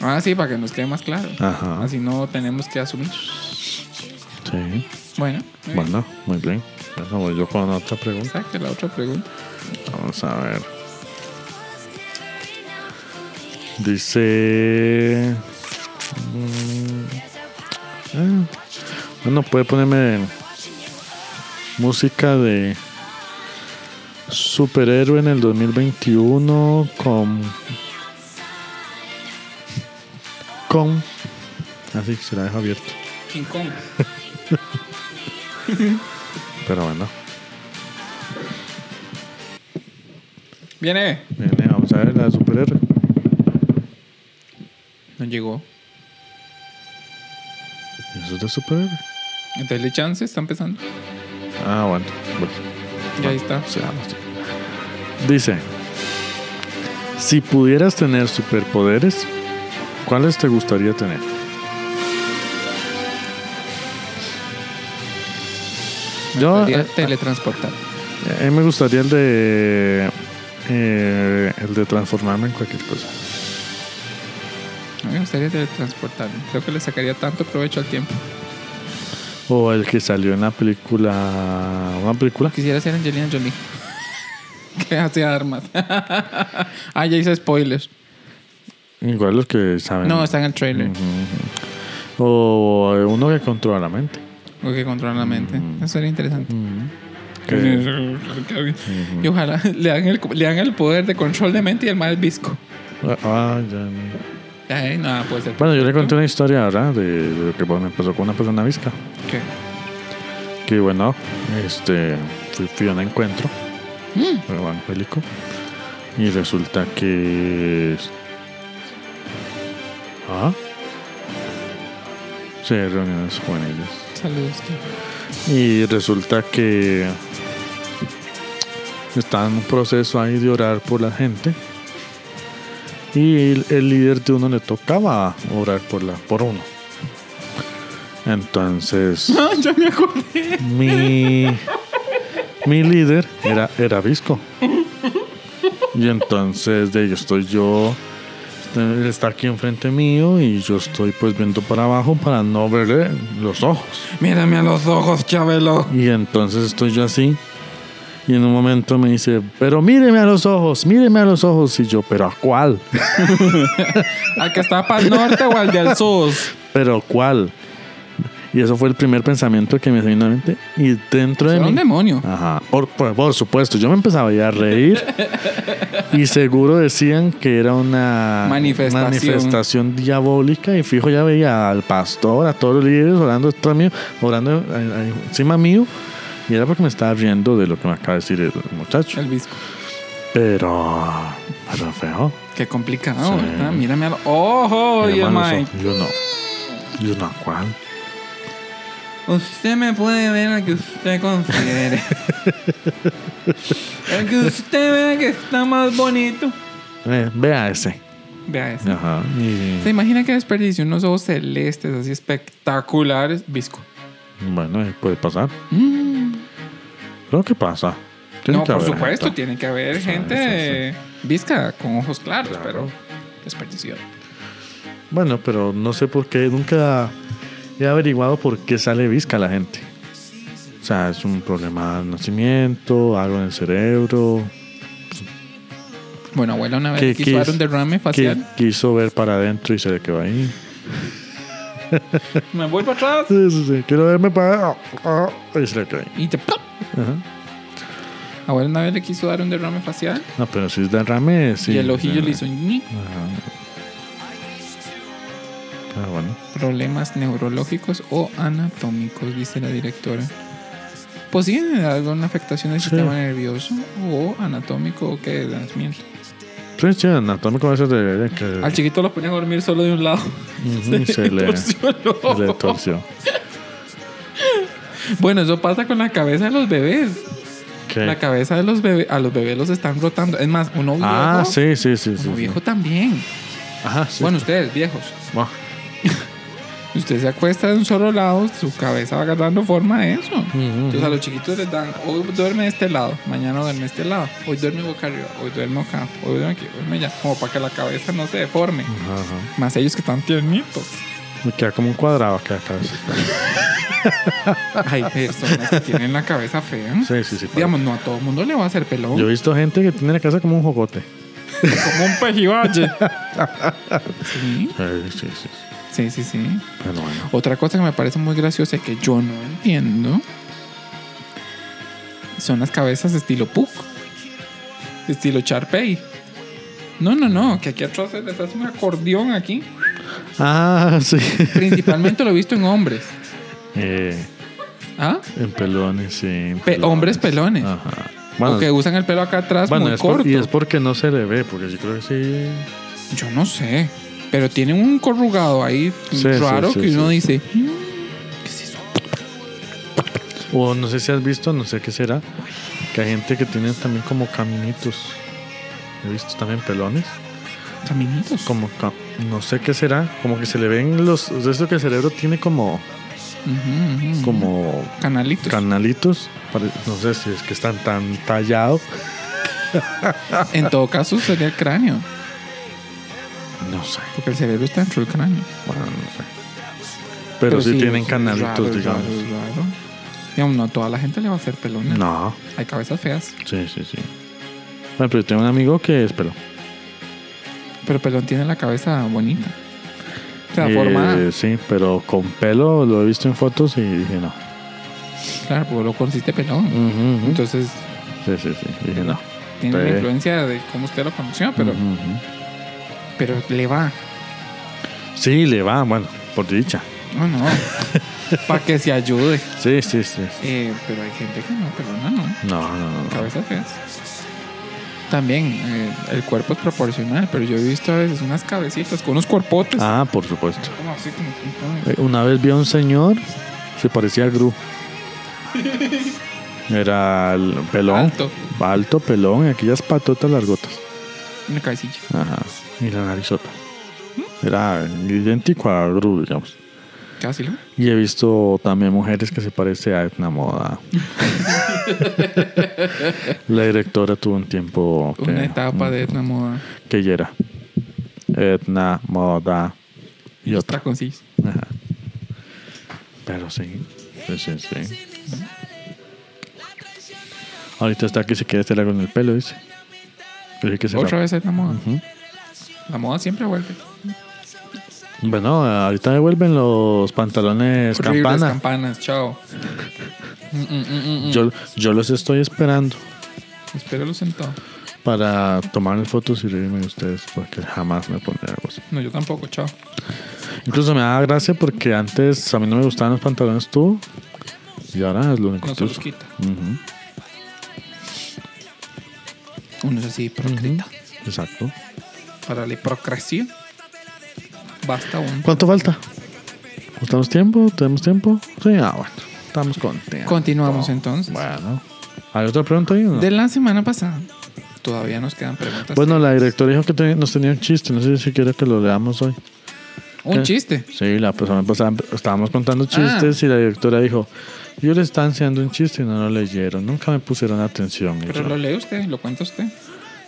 Speaker 2: Ah, sí, para que nos quede más claro.
Speaker 3: Ajá.
Speaker 2: Así no tenemos que asumir.
Speaker 3: Sí.
Speaker 2: Bueno, muy bien.
Speaker 3: Bueno, muy bien. Bueno, voy yo con otra pregunta.
Speaker 2: Saque la otra pregunta.
Speaker 3: Vamos a ver. Dice. mm, eh, Bueno, puede ponerme música de superhéroe en el 2021 con. Con. Así que Ah, se la dejo abierto.
Speaker 2: King Kong.
Speaker 3: Pero bueno.
Speaker 2: Viene.
Speaker 3: Viene, vamos a ver la de superhéroe.
Speaker 2: No llegó.
Speaker 3: Eso es de superhéroe.
Speaker 2: Entonces le chance, está empezando.
Speaker 3: Ah, bueno. bueno.
Speaker 2: Y ahí está.
Speaker 3: Sí, vamos. Dice, si pudieras tener superpoderes, ¿cuáles te gustaría tener? Yo,
Speaker 2: Podría
Speaker 3: eh,
Speaker 2: teletransportar.
Speaker 3: a mí me gustaría el de eh, el de transformarme en cualquier cosa.
Speaker 2: A mí me gustaría teletransportarme. Creo que le sacaría tanto provecho al tiempo.
Speaker 3: O el que salió en la película, una película.
Speaker 2: Quisiera ser Angelina Jolie. que hacía armas. ah, ya hice spoilers.
Speaker 3: Igual los que saben.
Speaker 2: No, está en el trailer.
Speaker 3: O uno que controla la mente.
Speaker 2: Lo que controla la mente.
Speaker 3: Mm.
Speaker 2: Eso era interesante.
Speaker 3: Que-
Speaker 2: Y ojalá le dan, el, le dan el poder de control de mente y el mal visco.
Speaker 3: ah, ya no.
Speaker 2: Ay, nada, ¿eh? puede ser.
Speaker 3: Bueno, yo le conté una historia ahora de, de lo que bueno, me pasó con una persona visca.
Speaker 2: ¿Qué?
Speaker 3: Que bueno, este, fui, fui a un encuentro evangélico y resulta que. Ah. Sí, reuniones juveniles.
Speaker 2: Saludos. ¿qué?
Speaker 3: Y resulta que. Está en un proceso ahí de orar por la gente. Y el, el líder de uno le tocaba orar por, la, por uno. Entonces.
Speaker 2: Ah, ya me acordé.
Speaker 3: mi, mi líder era, era Visco. Y entonces de yo estoy yo, él está aquí enfrente mío y yo estoy pues viendo para abajo para no verle los ojos.
Speaker 2: Mírame a los ojos, Chabelo.
Speaker 3: Y entonces estoy yo así. Y en un momento me dice, pero míreme a los ojos, míreme a los ojos. Y yo, pero ¿a cuál?
Speaker 2: ¿Al que está para el norte o al del sur?
Speaker 3: ¿Pero cuál? Y eso fue el primer pensamiento que me vino a la mente. Y dentro de
Speaker 2: Era
Speaker 3: mí...
Speaker 2: un demonio.
Speaker 3: Ajá, por, por- por supuesto, yo me empezaba ya a reír y seguro decían que era una
Speaker 2: Manifestación.
Speaker 3: manifestación diabólica y fijo ya veía al pastor, a todos los líderes orando detrás mío, orando eh, eh, encima mío y era porque me estaba riendo de lo que me acaba de decir el muchacho.
Speaker 2: El visco.
Speaker 3: Pero, pero feo.
Speaker 2: Qué complicado,
Speaker 3: Sí.
Speaker 2: ¿verdad? Mírame a los ojos, y el
Speaker 3: Hermano,
Speaker 2: Mike.
Speaker 3: yo no, yo no, ¿cuál?
Speaker 2: Usted me puede ver al que usted considere. el que usted vea que está más bonito.
Speaker 3: Eh, vea ese.
Speaker 2: Vea eso.
Speaker 3: Ajá. y-
Speaker 2: ¿Se imagina que desperdicio? Unos ojos celestes así espectaculares. Visco.
Speaker 3: bueno, eh, puede pasar.
Speaker 2: Mm.
Speaker 3: Creo que pasa. Tiene
Speaker 2: No,
Speaker 3: que
Speaker 2: por
Speaker 3: haber
Speaker 2: supuesto,
Speaker 3: gente.
Speaker 2: tiene que haber
Speaker 3: Ah, Sí,
Speaker 2: gente visca con ojos claros,
Speaker 3: Claro.
Speaker 2: pero desperdicio.
Speaker 3: Bueno, pero no sé por qué, nunca he averiguado por qué sale visca la gente. O sea, es un problema de nacimiento, algo en el cerebro,
Speaker 2: Bueno, abuela una
Speaker 3: ¿Qué-
Speaker 2: vez
Speaker 3: qué
Speaker 2: quiso dar
Speaker 3: es?
Speaker 2: un derrame
Speaker 3: que
Speaker 2: facial.
Speaker 3: quiso ver para adentro y se le quedó ahí.
Speaker 2: Me vuelvo atrás
Speaker 3: Sí, sí, sí, quiero verme para adentro y se le quedó ahí.
Speaker 2: y te ¡plop!
Speaker 3: Ajá.
Speaker 2: Abuela una vez le quiso dar un derrame facial
Speaker 3: No, pero si es derrame, sí.
Speaker 2: y el ojillo
Speaker 3: derrame.
Speaker 2: le hizo ñi.
Speaker 3: Ajá. Ah, bueno.
Speaker 2: problemas neurológicos o anatómicos, dice la directora. ¿Posible alguna afectación del
Speaker 3: Sí.
Speaker 2: sistema nervioso o anatómico o qué de nacimiento?
Speaker 3: Sí, sí, anatómico a veces de, de que
Speaker 2: Al chiquito lo ponían a dormir solo de un lado.
Speaker 3: Ujú, Mm, se le, se
Speaker 2: torció el ojo.
Speaker 3: le torció.
Speaker 2: Bueno, eso pasa con la cabeza de los bebés.
Speaker 3: ¿Qué?
Speaker 2: La cabeza de los bebés, a los bebés los están rotando. Es más, uno viejo.
Speaker 3: Ah, sí, sí, sí. sí,
Speaker 2: uno
Speaker 3: sí.
Speaker 2: viejo también.
Speaker 3: Ajá, sí.
Speaker 2: Bueno, ustedes, viejos.
Speaker 3: Buah.
Speaker 2: Usted se acuesta de un solo lado, su cabeza va agarrando forma de eso.
Speaker 3: Mm,
Speaker 2: Entonces a los chiquitos les dan, hoy duerme de este lado, mañana duerme de este lado, hoy duerme boca arriba, hoy duerme acá, hoy duerme aquí, hoy duerme allá, como para que la cabeza no se deforme.
Speaker 3: Mm. Ajá.
Speaker 2: Más ellos que están tiernitos.
Speaker 3: Me queda como un cuadrado acá, cabeza.
Speaker 2: Hay personas que tienen la cabeza fea.
Speaker 3: Sí, sí, sí. padre.
Speaker 2: Digamos, no a todo el mundo le va a hacer pelón.
Speaker 3: Yo he visto gente que tiene la cabeza como un jocote.
Speaker 2: Como un pejibaye. sí,
Speaker 3: Sí, sí, sí.
Speaker 2: sí, sí, sí.
Speaker 3: Pero bueno.
Speaker 2: Otra cosa que me parece muy graciosa y que yo no entiendo son las cabezas estilo Puck, estilo Charpey. No, no, no, que aquí atrás se les hace un acordeón aquí.
Speaker 3: Ah, sí.
Speaker 2: Principalmente lo he visto en hombres.
Speaker 3: Eh,
Speaker 2: ¿Ah?
Speaker 3: en pelones, sí. en
Speaker 2: Pe- hombres pelones.
Speaker 3: Ajá. Bueno,
Speaker 2: o que usan el pelo acá atrás
Speaker 3: bueno,
Speaker 2: muy
Speaker 3: es por-
Speaker 2: corto.
Speaker 3: y es porque no se le ve, porque yo creo que sí.
Speaker 2: Yo no sé. Pero tienen un corrugado ahí
Speaker 3: Sí,
Speaker 2: raro
Speaker 3: sí, sí,
Speaker 2: que uno
Speaker 3: sí.
Speaker 2: dice. "Mm".
Speaker 3: O no sé si has visto, no sé qué será, que hay gente que tiene también como caminitos. He visto también pelones.
Speaker 2: Caminitos.
Speaker 3: Como, ca- no sé qué será, como que se le ven los. o sea, Esto que el cerebro tiene como,
Speaker 2: Ujú, ujú.
Speaker 3: como
Speaker 2: canalitos.
Speaker 3: canalitos. pare- No sé si es que están tan tallados.
Speaker 2: en todo caso sería el cráneo.
Speaker 3: No sé,
Speaker 2: Porque el cerebro está dentro del cráneo.
Speaker 3: bueno, no sé. Pero, sí, tienen canalitos,
Speaker 2: raro,
Speaker 3: digamos.
Speaker 2: raro, raro. Digamos, no a toda la gente le va a hacer pelones.
Speaker 3: No,
Speaker 2: Hay cabezas feas.
Speaker 3: sí, sí, sí. Bueno, pero yo tengo un amigo que es pelón.
Speaker 2: Pero pelón tiene la cabeza bonita. O sea,
Speaker 3: Eh,
Speaker 2: formada.
Speaker 3: Sí, pero con pelo lo he visto en fotos y dije no.
Speaker 2: Claro, porque lo conociste pelón.
Speaker 3: Ujú, ujú.
Speaker 2: Entonces,
Speaker 3: Sí, sí, sí. Dije no.
Speaker 2: tiene
Speaker 3: Sí.
Speaker 2: la influencia de cómo usted lo conoció, pero,
Speaker 3: Ujú, ujú.
Speaker 2: pero le va.
Speaker 3: Sí, le va, bueno, por dicha.
Speaker 2: No, no. Para que se ayude.
Speaker 3: Sí, sí, sí.
Speaker 2: Eh, pero hay gente que no, perdona, no.
Speaker 3: No, no, no. no.
Speaker 2: Cabezas feas. También, eh, el cuerpo es proporcional, pero yo he visto a veces unas cabecitas con unos cuerpotes.
Speaker 3: Ah, por supuesto.
Speaker 2: Como así, como- como-
Speaker 3: Eh, Una vez vi a un señor, se parecía a Gru. Era el pelón.
Speaker 2: Alto.
Speaker 3: Alto, pelón, y aquellas patotas largotas.
Speaker 2: Una cabecilla.
Speaker 3: Ajá. Y la narizota. Era idéntico a Gru, digamos.
Speaker 2: Casi lo.
Speaker 3: Y he visto también mujeres que se parece a Edna Moda. la directora tuvo un tiempo. que-
Speaker 2: Una etapa de la moda.
Speaker 3: que ella era Etna, Moda y
Speaker 2: Los
Speaker 3: otra.
Speaker 2: taconcillos.
Speaker 3: Ajá. Pero sí, sí, sí, sí. Ahorita está que se quiere hacer algo en el pelo, dice. Pero sí que se
Speaker 2: Otra
Speaker 3: la-
Speaker 2: vez es la moda.
Speaker 3: Ujú.
Speaker 2: La moda siempre vuelve.
Speaker 3: Bueno, ahorita devuelven los pantalones
Speaker 2: Horribles
Speaker 3: campana.
Speaker 2: campanas, chao. Mm, mm, mm, mm, mm.
Speaker 3: Yo, yo los estoy esperando
Speaker 2: Espéralo sentado.
Speaker 3: para tomar fotos y reírme de ustedes porque jamás me pondré algo así.
Speaker 2: No, yo tampoco, chao.
Speaker 3: Incluso me da gracia porque antes a mí no me gustaban los pantalones tú y ahora es lo único
Speaker 2: No
Speaker 3: que
Speaker 2: se los
Speaker 3: uso.
Speaker 2: quita.
Speaker 3: Ujú.
Speaker 2: Uno es así, procreta.
Speaker 3: Exacto.
Speaker 2: Para la procreación. Basta un.
Speaker 3: ¿Cuánto falta? ¿Estamos tiempo? ¿Tenemos tiempo? Sí, ah, bueno. Estamos con tiempo.
Speaker 2: Continuamos entonces.
Speaker 3: Bueno. ¿Hay otra pregunta ahí? o no?
Speaker 2: De la semana pasada. Todavía nos quedan preguntas.
Speaker 3: Bueno, la directora dijo que te- nos tenía un chiste. No sé si quiere que lo leamos hoy. eh.
Speaker 2: un chiste.
Speaker 3: Sí, la persona pasada estábamos contando
Speaker 2: Ah.
Speaker 3: chistes y la directora dijo: Yo le están haciendo un chiste y no lo leyeron. Nunca me pusieron atención. Y
Speaker 2: Pero
Speaker 3: yo,
Speaker 2: lo lee usted, lo cuenta usted.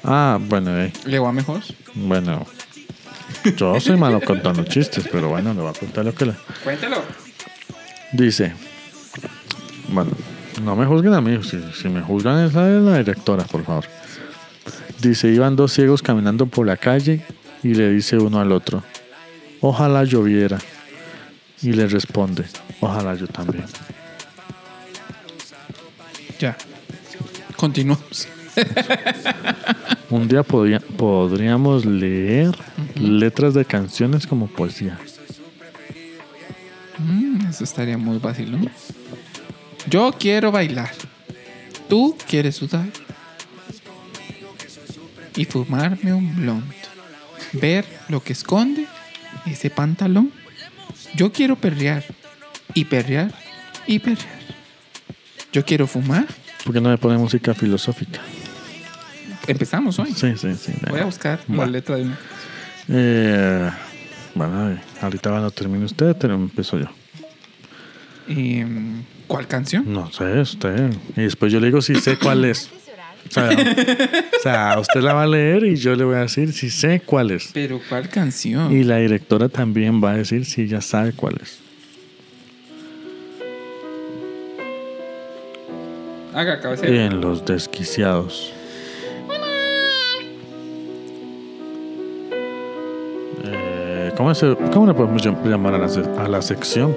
Speaker 3: Ah, bueno, eh,
Speaker 2: Le va mejor.
Speaker 3: bueno. Yo soy malo contando chistes, pero bueno, le voy a contar lo que le.
Speaker 2: Cuéntelo.
Speaker 3: Dice, bueno, no me juzguen a mí, si, si me juzgan es la de la directora, por favor. Dice, iban dos ciegos caminando por la calle y le dice uno al otro, ojalá lloviera. Y le responde, ojalá yo también.
Speaker 2: Ya. Continuamos.
Speaker 3: Un día podía- podríamos leer letras de canciones como poesía.
Speaker 2: Mm, eso estaría muy vacilón. Yo quiero bailar. Tú quieres sudar. Y fumarme un blond. Ver lo que esconde ese pantalón. Yo quiero perrear. Y perrear. Y perrear. Yo quiero fumar.
Speaker 3: ¿Por qué no le pone música filosófica?
Speaker 2: Empezamos hoy.
Speaker 3: Sí, sí, sí.
Speaker 2: Voy a buscar la
Speaker 3: Bueno.
Speaker 2: letra de una.
Speaker 3: Eh, Van a ver. Ahorita cuando termine usted, pero empiezo yo.
Speaker 2: Y, mm, ¿Cuál canción?
Speaker 3: No sé, usted. Y después yo le digo si sé cuál es. O sea, o sea, usted la va a leer y yo le voy a decir si sé cuál es.
Speaker 2: Pero ¿cuál canción?
Speaker 3: Y la directora también va a decir si ya sabe cuál es.
Speaker 2: Haga cabecera.
Speaker 3: En los desquiciados. Eh, ¿Cómo, se- cómo le podemos llam- llamar a la, se- a la sección?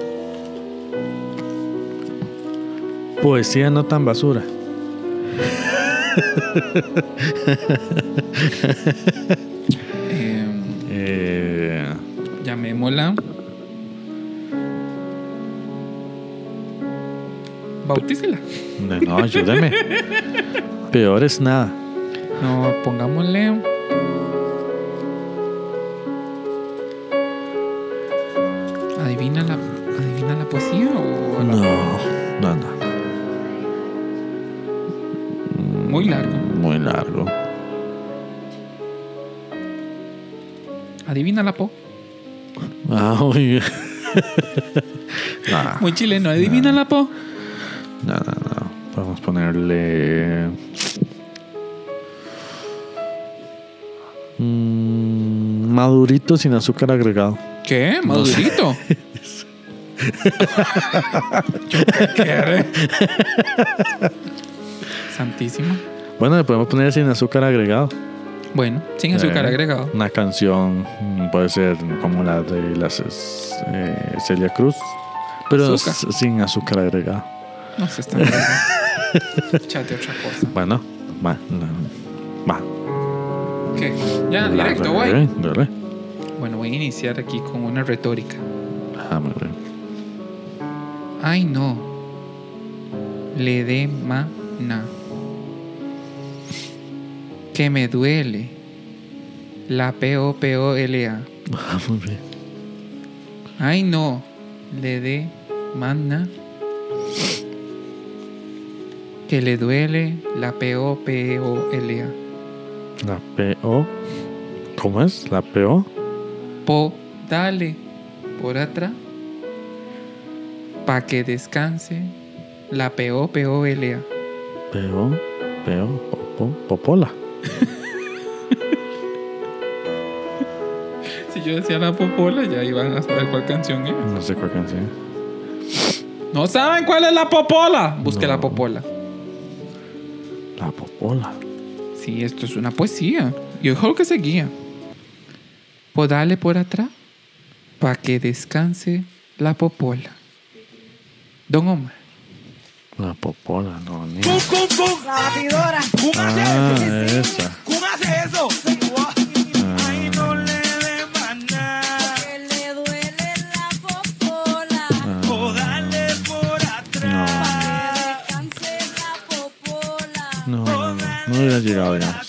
Speaker 3: Poesía no tan basura.
Speaker 2: Em,
Speaker 3: Eh,
Speaker 2: llamémosla. Bautícela.
Speaker 3: no, no, ayúdeme. Peor es nada.
Speaker 2: No, pongámosle. Adivina la, adivina la poesía o la-
Speaker 3: No, no, no.
Speaker 2: muy largo.
Speaker 3: Muy largo.
Speaker 2: Adivina la po.
Speaker 3: Ah, muy bien. Nah.
Speaker 2: Muy chileno. Adivina la po.
Speaker 3: Ah, No, no, no. Podemos ponerle. Mm, madurito sin azúcar agregado.
Speaker 2: ¿Qué? Madurito. Yo qué quiere. Santísimo.
Speaker 3: Bueno, le podemos poner sin azúcar agregado.
Speaker 2: Bueno, sin azúcar
Speaker 3: Eh,
Speaker 2: agregado.
Speaker 3: Una canción mm, puede ser como la de las eh, Celia Cruz, pero
Speaker 2: Azúcar.
Speaker 3: s- sin azúcar agregado.
Speaker 2: No se está Chate otra cosa.
Speaker 3: Bueno, va. no, va.
Speaker 2: ¿Qué? Ya,
Speaker 3: La-
Speaker 2: directo, güey.
Speaker 3: dale, dale.
Speaker 2: Bueno, voy a iniciar aquí con una retórica.
Speaker 3: Ajá, Ah, muy bien.
Speaker 2: Ay, no. Le dé mana. Que me duele. La P-O-P-O-L-A.
Speaker 3: Ajá, Ah, muy bien.
Speaker 2: Ay, no. Le dé mana. Que le duele la P-O-P-O-L-A.
Speaker 3: La PO. ¿Cómo es? La PO.
Speaker 2: Po, dale por atrás. Pa' que descanse la P-O-P-O-L-A.
Speaker 3: Peo, peo, popo, popola.
Speaker 2: Si yo decía la popola, ya iban a saber cuál canción es.
Speaker 3: No sé cuál canción.
Speaker 2: No saben cuál es la popola. Busque
Speaker 3: No.
Speaker 2: la popola.
Speaker 3: La popola.
Speaker 2: Sí, esto es una poesía. Yo creo que seguía. Pues dale por atrás para que descanse la popola. Don Omar.
Speaker 3: La popola, no, ni.
Speaker 5: Cum, cum, cum.
Speaker 6: La batidora.
Speaker 5: Cum hace
Speaker 3: Ah,
Speaker 5: eso.
Speaker 3: esa.
Speaker 5: Cum hace eso. Ay, no le dé maná.
Speaker 6: Que le duele la
Speaker 3: Ah.
Speaker 6: popola.
Speaker 5: O dale por atrás.
Speaker 6: Descanse la popola.
Speaker 3: No, no, no, no hubiera llegado, digamos.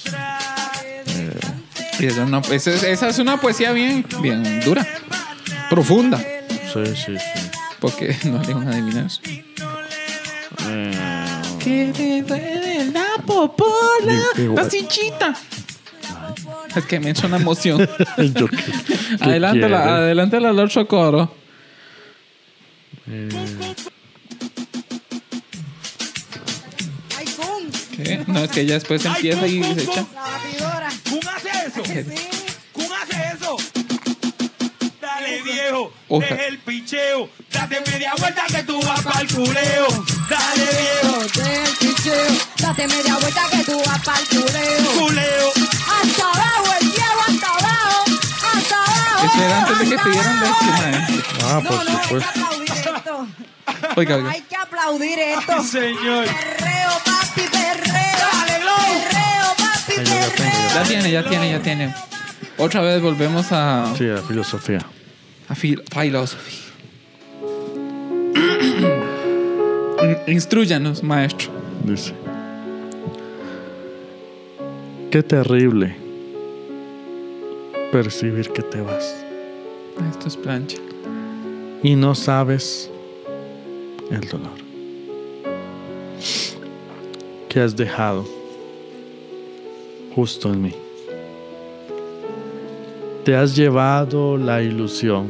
Speaker 2: Esa, es una- esa es- esa es una poesía bien, bien dura. Profunda.
Speaker 3: Sí, sí, sí.
Speaker 2: Porque no le van a adivinar. eso.
Speaker 3: Eh,
Speaker 2: Que le duele la popola.
Speaker 3: I- igual.
Speaker 2: La cinchita. Es que me hecho una emoción.
Speaker 3: yo qué- qué
Speaker 2: adelántala,
Speaker 3: quiere.
Speaker 2: adelántala al otro coro.
Speaker 6: Ay, cum.
Speaker 2: ¿Qué? No, es que ya después empieza y se echa.
Speaker 6: La batidora.
Speaker 5: Cum hace eso.
Speaker 6: Que sí.
Speaker 5: Cum hace eso. Dale viejo,
Speaker 2: Oja.
Speaker 5: deja el picheo, date media vuelta que tú vas pa'l culeo. Dale viejo,
Speaker 6: Del picheo. Date media vuelta que tú vas pa'l culeo.
Speaker 5: culeo.
Speaker 6: Hasta abajo, el cielo hasta abajo. Hasta abajo.
Speaker 2: Eso era antes de que te
Speaker 6: hasta
Speaker 2: dieran
Speaker 6: abajo.
Speaker 2: lástima, ¿eh?
Speaker 3: Ah, por
Speaker 6: No, no, hay que
Speaker 3: supuesto.
Speaker 6: aplaudir esto.
Speaker 2: Oiga, oiga.
Speaker 6: Hay que aplaudir
Speaker 5: Ay,
Speaker 6: esto.
Speaker 5: señor.
Speaker 6: Perreo, papi, perreo.
Speaker 5: Dale, Glow.
Speaker 6: Perreo, papi,
Speaker 3: Ahí ya la tengo,
Speaker 6: perreo.
Speaker 2: Ya tiene, ya tiene, ya tiene. Otra vez volvemos a,
Speaker 3: Sí, la filosofía.
Speaker 2: a fil- philosophy. Instruyanos, maestro.
Speaker 3: Dice. Qué terrible percibir que te vas
Speaker 2: Esto es plancha.
Speaker 3: y no sabes el dolor que has dejado justo en mí.
Speaker 1: Te has llevado la ilusión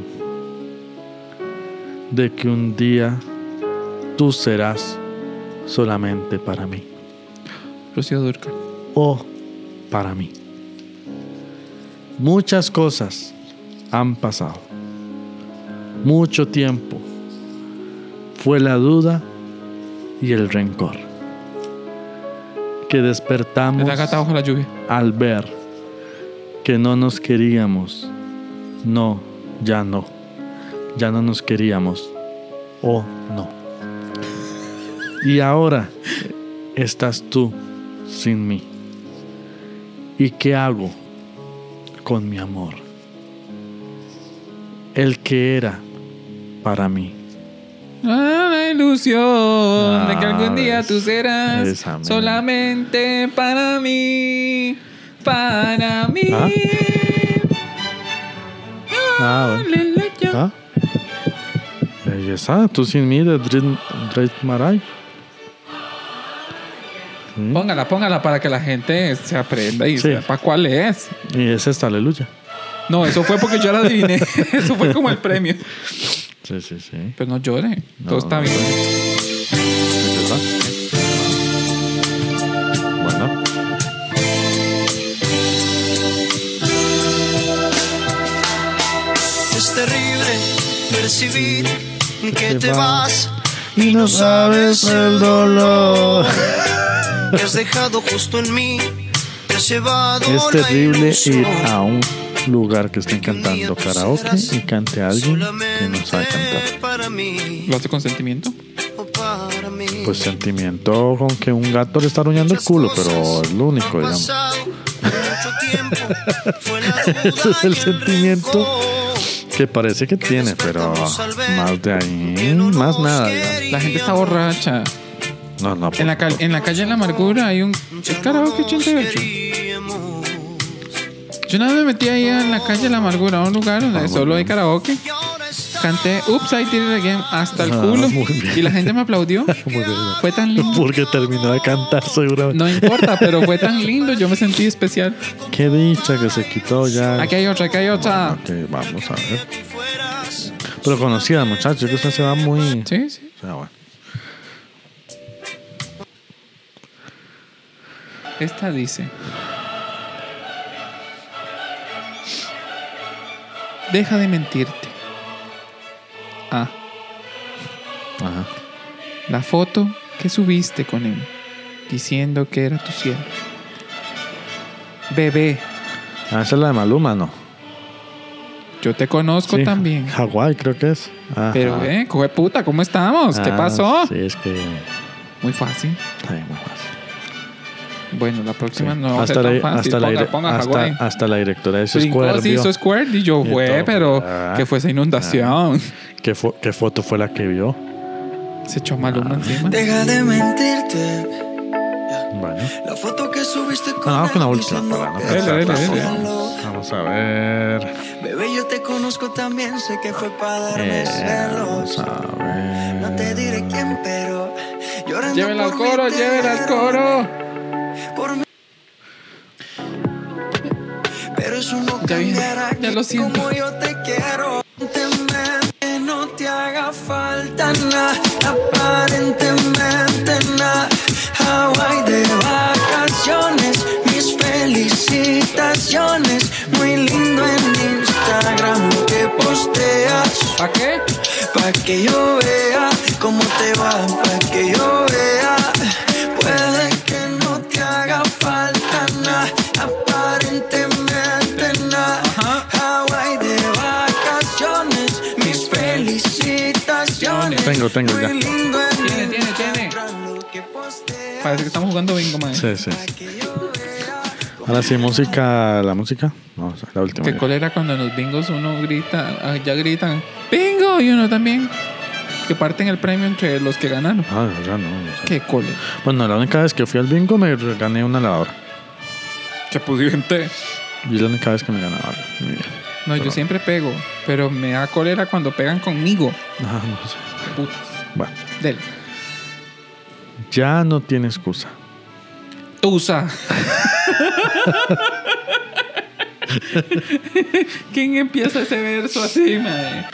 Speaker 1: de que un día tú serás solamente para mí
Speaker 2: Rocío Durca.
Speaker 1: o para mí. Muchas cosas han pasado. Mucho tiempo fue la duda y el rencor que despertamos
Speaker 2: La gata bajo la lluvia.
Speaker 1: al ver que no nos queríamos. No, ya no. Ya no nos queríamos. Oh, no. Y ahora estás tú sin mí. ¿Y qué hago con mi amor? El que era para mí.
Speaker 2: Ah, la ilusión de que algún día tú serás
Speaker 3: esa mía.
Speaker 2: solamente para mí. Para mí.
Speaker 1: Ah. Ah, bueno.
Speaker 2: Aleluya.
Speaker 1: ¿Ah? Ahí está, tú sin mí de Dread Dread Marai.
Speaker 2: Póngala, póngala para que la gente se aprenda y
Speaker 1: Sí.
Speaker 2: sepa cuál es.
Speaker 1: Y es esta, aleluya.
Speaker 2: No, eso fue porque yo la adiviné. eso fue como el premio.
Speaker 1: Sí, sí, sí.
Speaker 2: Pero no llore. Todo está bien.
Speaker 3: Bueno.
Speaker 7: Es terrible percibir que te vas,
Speaker 3: Y no sabes el dolor.
Speaker 7: que has dejado justo en mí, te has llevado
Speaker 1: Es
Speaker 7: la
Speaker 1: terrible
Speaker 7: ilusión
Speaker 1: ir a un lugar que estén cantando karaoke y cante a alguien que no sabe cantar.
Speaker 7: solamente Para mí,
Speaker 2: ¿Lo hace con sentimiento?
Speaker 7: o para mí.
Speaker 3: Pues sentimiento con que un gato le está arruinando el
Speaker 7: Muchas
Speaker 3: culo,
Speaker 7: cosas
Speaker 3: pero es lo único,
Speaker 7: han
Speaker 3: digamos.
Speaker 7: pasado mucho tiempo, fue la duda
Speaker 1: Ese es
Speaker 7: y
Speaker 1: el sentimiento
Speaker 7: rencor
Speaker 3: Que parece que
Speaker 7: que
Speaker 3: tiene, pero
Speaker 7: despertamos al ver
Speaker 3: más de
Speaker 7: que
Speaker 3: ahí,
Speaker 7: no
Speaker 3: más
Speaker 7: nos
Speaker 3: nada. digamos.
Speaker 7: queríamos.
Speaker 2: La gente está borracha.
Speaker 3: No, no,
Speaker 2: En la, cal- en la calle en la amargura hay un es karaoke 88. Yo una vez me metí ahí en la calle de la amargura, a un lugar
Speaker 1: Ah,
Speaker 2: donde solo hay karaoke. Canté Oops, I Did It Again hasta el
Speaker 1: Ah,
Speaker 2: culo.
Speaker 1: muy bien.
Speaker 2: Y la gente me aplaudió. Fue tan lindo.
Speaker 1: Porque terminó de cantar seguramente.
Speaker 2: No importa, pero fue tan lindo. Yo me sentí especial.
Speaker 1: Qué dicha que se quitó ya.
Speaker 2: Aquí hay otra, aquí hay otra.
Speaker 3: Ok, vamos a ver. Pero conocida, muchachos, que usted se va muy.
Speaker 2: Sí, sí.
Speaker 3: Ah, bueno.
Speaker 2: Esta dice. Deja de mentirte. Ah.
Speaker 3: Ajá.
Speaker 2: La foto que subiste con él, diciendo que era tu cielo. Bebé,
Speaker 3: Ah, esa es la de Maluma, no.
Speaker 2: yo te conozco
Speaker 3: Sí,
Speaker 2: también.
Speaker 3: Hawái, creo que es. Ajá.
Speaker 2: Pero, eh, coge puta, ¿cómo estamos? ¿Qué
Speaker 3: Ah,
Speaker 2: pasó?
Speaker 3: Sí, es que.
Speaker 2: Muy fácil.
Speaker 3: Está bien, muy fácil.
Speaker 2: Bueno, la próxima
Speaker 3: Sí.
Speaker 2: no va a ser
Speaker 3: hasta,
Speaker 2: tan
Speaker 3: la,
Speaker 2: fácil.
Speaker 3: hasta, la,
Speaker 2: Ponga,
Speaker 3: dire-
Speaker 2: ponga
Speaker 3: hasta,
Speaker 2: Hawái.
Speaker 3: hasta la directora de su
Speaker 2: Brincó,
Speaker 3: escuela
Speaker 2: sí,
Speaker 3: vio
Speaker 2: hizo Square y yo,
Speaker 3: Y
Speaker 2: güey,
Speaker 3: todo.
Speaker 2: pero
Speaker 3: Ah.
Speaker 2: que fue esa inundación.
Speaker 3: ¿Qué, fo- qué foto fue la que vio.
Speaker 2: Se echó
Speaker 3: Ah.
Speaker 2: Maluma encima.
Speaker 7: Deja de mentirte.
Speaker 3: Bueno,
Speaker 7: La foto que subiste con
Speaker 3: vamos con la
Speaker 7: él
Speaker 3: última
Speaker 7: diciendo
Speaker 3: para no
Speaker 7: que
Speaker 2: Dele,
Speaker 3: cansar
Speaker 2: dele,
Speaker 3: tanto.
Speaker 2: dele.
Speaker 3: Vamos- Vamos a ver.
Speaker 7: Bebé, yo te conozco también, sé que fue para darme
Speaker 3: Eh,
Speaker 7: celos.
Speaker 3: vamos a
Speaker 7: No te
Speaker 3: ver.
Speaker 7: diré quién, pero llorando
Speaker 2: Llévela al
Speaker 7: por mi
Speaker 2: coro, llévela al
Speaker 7: te-
Speaker 2: coro.
Speaker 7: por mí. Pero eso no
Speaker 2: Ya viene,
Speaker 7: cambiará
Speaker 2: ya
Speaker 7: que
Speaker 2: lo siento.
Speaker 7: como yo te quiero. Aparentemente no te haga falta nada, aparentemente nada. Hawaii de vacaciones, mis felicitaciones. Muy lindo en Instagram lo que posteas.
Speaker 2: ¿Para qué?
Speaker 7: Pa' que yo vea cómo te va, pa' que yo vea. Puede que no te haga falta nada, aparentemente nada. Hawaii de vacaciones, mis felicitaciones.
Speaker 3: Tengo, tengo ya.
Speaker 7: Muy lindo en
Speaker 2: Tiene,
Speaker 7: mi
Speaker 2: tiene, tiene.
Speaker 7: Instagram lo que posteas,
Speaker 2: Parece que estamos jugando bingo, man.
Speaker 3: Sí, sí.
Speaker 7: pa' que yo vea.
Speaker 3: Ahora sí, música. ¿La música? No, o sea, la última.
Speaker 2: Qué
Speaker 3: ya.
Speaker 2: cólera cuando en los bingos uno grita, ah, ya gritan, bingo, y uno también. Que parten el premio entre los que ganaron.
Speaker 3: Ah, o sea, no, no sé.
Speaker 2: Qué cólera.
Speaker 3: Bueno, la única vez que fui al bingo me gané una lavadora.
Speaker 2: Qué pudiente.
Speaker 3: Y es la única vez que me ganaba algo. en mi vida.
Speaker 2: No, yo siempre pego, pero me da cólera cuando pegan conmigo.
Speaker 3: Ah, no sé.
Speaker 2: Putas.
Speaker 3: Bueno,
Speaker 2: Del.
Speaker 3: ya no tiene excusa.
Speaker 2: Tusa. ¿Quién empieza ese verso así, madre?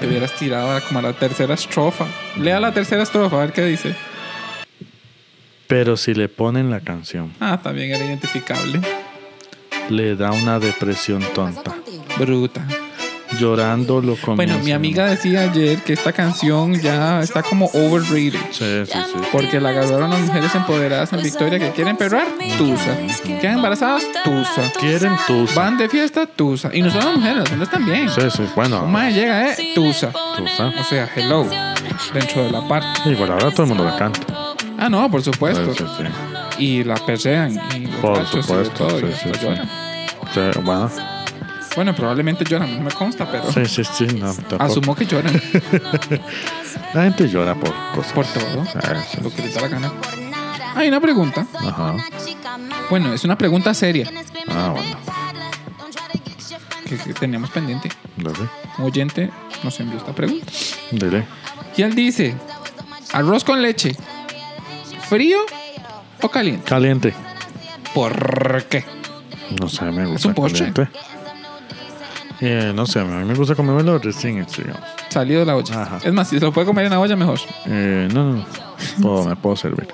Speaker 2: Te hubieras tirado a- como a la tercera estrofa. Lea la tercera estrofa, a ver qué dice.
Speaker 3: Pero si le ponen la canción,
Speaker 2: Ah, también era identificable.
Speaker 3: le da una depresión
Speaker 6: Pasa
Speaker 3: tonta.
Speaker 6: contigo.
Speaker 2: Bruta.
Speaker 3: Llorando lo comienza.
Speaker 2: Bueno, mi amiga decía ayer que esta canción ya está como overrated.
Speaker 3: Sí, sí, sí.
Speaker 2: Porque la agarraron las mujeres empoderadas en Victoria que quieren perrar, tusa. Quedan embarazadas, tusa.
Speaker 3: Quieren tus.
Speaker 2: Van de fiesta, tusa. Y no solo las mujeres, las hombres también.
Speaker 3: Sí, sí. Bueno,
Speaker 2: Un mae llega, eh, tusa.
Speaker 3: tusa.
Speaker 2: O sea, hello. Dentro de la parte.
Speaker 3: Igual ahora todo el mundo la canta.
Speaker 2: Ah, no, por supuesto.
Speaker 3: Sí, sí, sí.
Speaker 2: Y la perrean. Y los
Speaker 3: Por
Speaker 2: machos y de
Speaker 3: supuesto,
Speaker 2: todo, y
Speaker 3: sí,
Speaker 2: hasta
Speaker 3: sí, sí.
Speaker 2: lloran.
Speaker 3: Sí, Bueno,
Speaker 2: Bueno, probablemente lloran, no me consta, pero
Speaker 3: sí, sí, sí. No, tampoco.
Speaker 2: asumo que lloran
Speaker 3: La gente llora por cosas.
Speaker 2: por todo.
Speaker 3: Ah, sí.
Speaker 2: Lo que les da la gana. Hay una pregunta.
Speaker 3: Ajá.
Speaker 2: Ah, Bueno, es una pregunta seria
Speaker 3: Ah, bueno.
Speaker 2: que, que teníamos pendiente.
Speaker 3: Dale.
Speaker 2: Un oyente nos envió esta pregunta.
Speaker 3: Dile.
Speaker 2: Y él dice, arroz con leche, frío o caliente.
Speaker 3: Caliente.
Speaker 2: ¿Por qué?
Speaker 3: No sé, me gusta.
Speaker 2: un postre?
Speaker 3: caliente. Eh, no sé, a mí me gusta comérmelo recién hecho, digamos.
Speaker 2: Salido de la olla.
Speaker 3: Ajá.
Speaker 2: Es más, si se lo puede comer en la olla, mejor.
Speaker 3: Eh, no, no. Puedo- me puedo servir.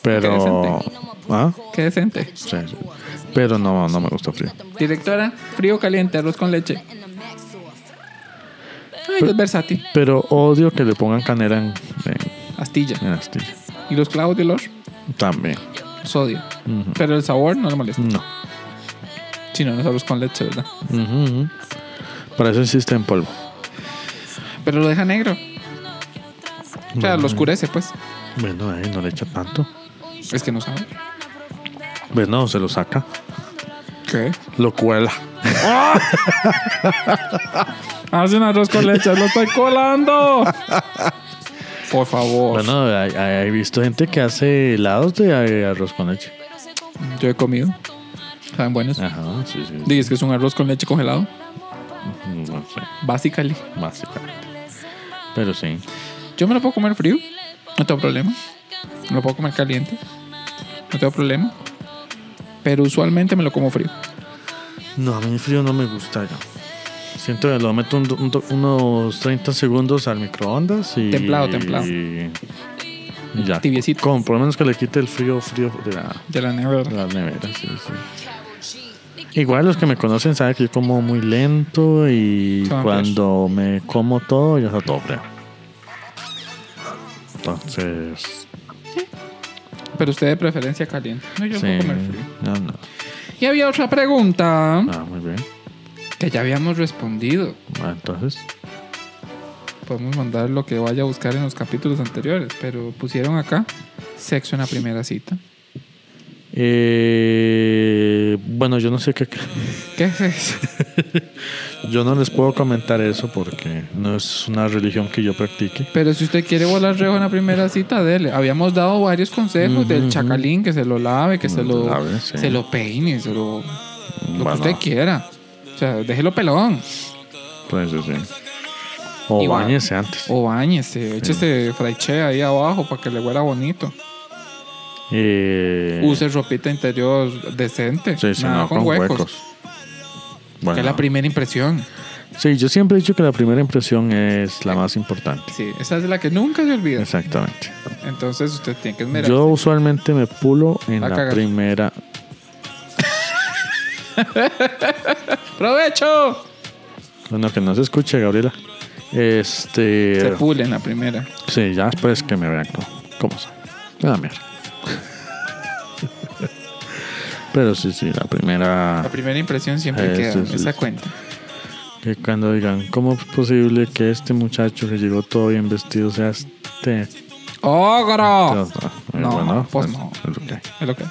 Speaker 3: Pero.
Speaker 2: Interesante.
Speaker 3: ¿Ah?
Speaker 2: Qué decente.
Speaker 3: Sí, sí. Pero no, no me gusta frío.
Speaker 2: Directora, frío o caliente, arroz con leche. Ay, es versátil.
Speaker 3: Pero odio que le pongan canela en, en,
Speaker 2: Astilla.
Speaker 3: en astilla.
Speaker 2: Y los clavos de olor,
Speaker 3: También.
Speaker 2: sodio. Pero el sabor no le molesta.
Speaker 3: No.
Speaker 2: Si no, no es arroz con leche, ¿verdad?
Speaker 3: Ujú, ujú. Para eso existe en polvo.
Speaker 2: Pero lo deja negro. O sea, lo oscurece, pues.
Speaker 3: Bueno, ahí no le echa tanto.
Speaker 2: Es que no sabe.
Speaker 3: Bueno, se lo saca.
Speaker 2: ¿Qué?
Speaker 3: Lo cuela.
Speaker 2: Hace un arroz con leche, lo estoy colando. Por favor.
Speaker 3: Bueno, hay- hay- he visto gente que hace helados de eh, arroz con leche.
Speaker 2: Yo he comido. ¿Saben buenos?
Speaker 3: Ajá, sí, sí.
Speaker 2: Dices que es un arroz con leche congelado.
Speaker 3: No sé,
Speaker 2: Básicamente.
Speaker 3: básicamente. Pero sí.
Speaker 2: Yo me lo puedo comer frío. No tengo problema. Me lo puedo comer caliente. No tengo problema. Pero usualmente me lo como frío.
Speaker 3: No, a mí el frío no me gusta ya. Siento que lo meto un- un- unos 30 segundos al microondas y.
Speaker 2: Templado, templado.
Speaker 3: Y ya.
Speaker 2: Tibiecito.
Speaker 3: Con, por lo menos que le quite el frío, frío de la,
Speaker 2: De la nevera.
Speaker 3: de la nevera. sí, sí. Igual los que me conocen saben que yo como muy lento y
Speaker 2: Ah,
Speaker 3: cuando me como todo ya está todo frío. Entonces.
Speaker 2: Pero usted de preferencia caliente. No, yo lo
Speaker 3: sí.
Speaker 2: puedo comer frío.
Speaker 3: No, no.
Speaker 2: Y había otra pregunta
Speaker 3: Ah, muy bien.
Speaker 2: que ya habíamos respondido.
Speaker 3: Ah, entonces.
Speaker 2: Podemos mandar lo que vaya a buscar en los capítulos anteriores. Pero pusieron acá sexo en la primera cita.
Speaker 3: Eh, bueno, yo no sé qué.
Speaker 2: ¿Qué es eso?
Speaker 3: Yo no les puedo comentar eso porque no es una religión que yo practique.
Speaker 2: Pero si usted quiere volar rejo en la primera cita, dele. Habíamos dado varios consejos del chacalín, que se lo lave, que se lo,
Speaker 3: Lave, sí.
Speaker 2: se lo peine, se lo, lo
Speaker 3: Bueno.
Speaker 2: que usted quiera. O sea, déjelo pelón.
Speaker 3: Pues sí. O
Speaker 2: Igual.
Speaker 3: bañese antes.
Speaker 2: O bañese, échese fraiche ahí abajo para que le huela bonito.
Speaker 3: Eh,
Speaker 2: Use ropita interior decente.
Speaker 3: sí, sí,
Speaker 2: nada
Speaker 3: no,
Speaker 2: con, huecos. Que
Speaker 3: Bueno,
Speaker 2: es la primera impresión.
Speaker 3: sí, yo siempre he dicho que la primera impresión es la más importante.
Speaker 2: Sí, esa es la que nunca se olvida.
Speaker 3: Exactamente.
Speaker 2: Entonces usted tiene que esmerar.
Speaker 3: Yo usualmente me pulo en
Speaker 2: La
Speaker 3: la
Speaker 2: cagas.
Speaker 3: primera.
Speaker 2: ¡Provecho!
Speaker 3: Bueno, que no se escuche, Gabriela. Este.
Speaker 2: Se pule en la primera.
Speaker 3: Sí, ya después que me vean cómo, cómo soy. Una mierda. Pero sí, sí, la
Speaker 2: La
Speaker 3: primera.
Speaker 2: primera impresión siempre
Speaker 3: Eso,
Speaker 2: queda.
Speaker 3: sí,
Speaker 2: esa
Speaker 3: sí.
Speaker 2: cuenta.
Speaker 3: Que cuando digan, ¿cómo es posible que este muchacho que llegó todo bien vestido sea este?
Speaker 2: ¡Ogro!
Speaker 3: no,
Speaker 2: No, pues no. Es lo que-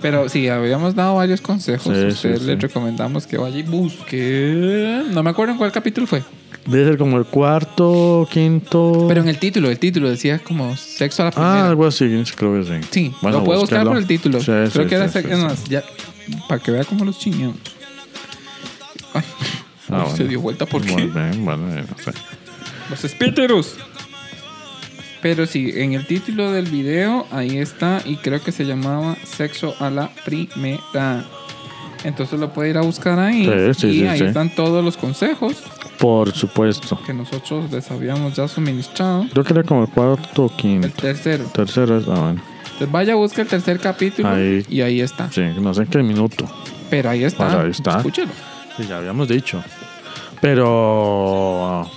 Speaker 2: Pero sí, habíamos dado varios consejos.
Speaker 3: Sí,
Speaker 2: Ustedes
Speaker 3: sí,
Speaker 2: les
Speaker 3: sí.
Speaker 2: recomendamos que vaya y busque. No me acuerdo en cuál capítulo fue.
Speaker 3: Debe ser como el cuarto, quinto.
Speaker 2: Pero en el título, el título decía como sexo a la
Speaker 3: ah,
Speaker 2: primera.
Speaker 3: algo así, creo que sí.
Speaker 2: sí,
Speaker 3: Bueno,
Speaker 2: lo puedo buscar
Speaker 3: búsquenlo.
Speaker 2: por el título.
Speaker 3: Sí,
Speaker 2: Creo
Speaker 3: sí,
Speaker 2: que era
Speaker 3: sí,
Speaker 2: sexo.
Speaker 3: sí, sí.
Speaker 2: no, ya, para que vea cómo los chiñón. Ay, uy,
Speaker 3: Ah,
Speaker 2: se
Speaker 3: bueno.
Speaker 2: dio vuelta porque
Speaker 3: Muy bien, bueno, eh, no sé.
Speaker 2: los espíritus. Pero sí, en el título del video ahí está y creo que se llamaba Sexo a la primera. Entonces lo puede ir a buscar ahí.
Speaker 3: Sí, sí,
Speaker 2: y
Speaker 3: sí,
Speaker 2: ahí
Speaker 3: sí.
Speaker 2: están todos los consejos
Speaker 3: Por supuesto.
Speaker 2: que nosotros les habíamos ya suministrado.
Speaker 3: Yo quería como el cuarto o
Speaker 2: El
Speaker 3: quinto.
Speaker 2: tercero.
Speaker 3: Tercero es. Ah, bueno.
Speaker 2: Entonces vaya, busca el tercer capítulo
Speaker 3: Ahí.
Speaker 2: y ahí está.
Speaker 3: Sí, no sé en qué minuto.
Speaker 2: Pero ahí está.
Speaker 3: Pues ahí está.
Speaker 2: Escúchelo.
Speaker 3: Sí, ya habíamos dicho. Pero.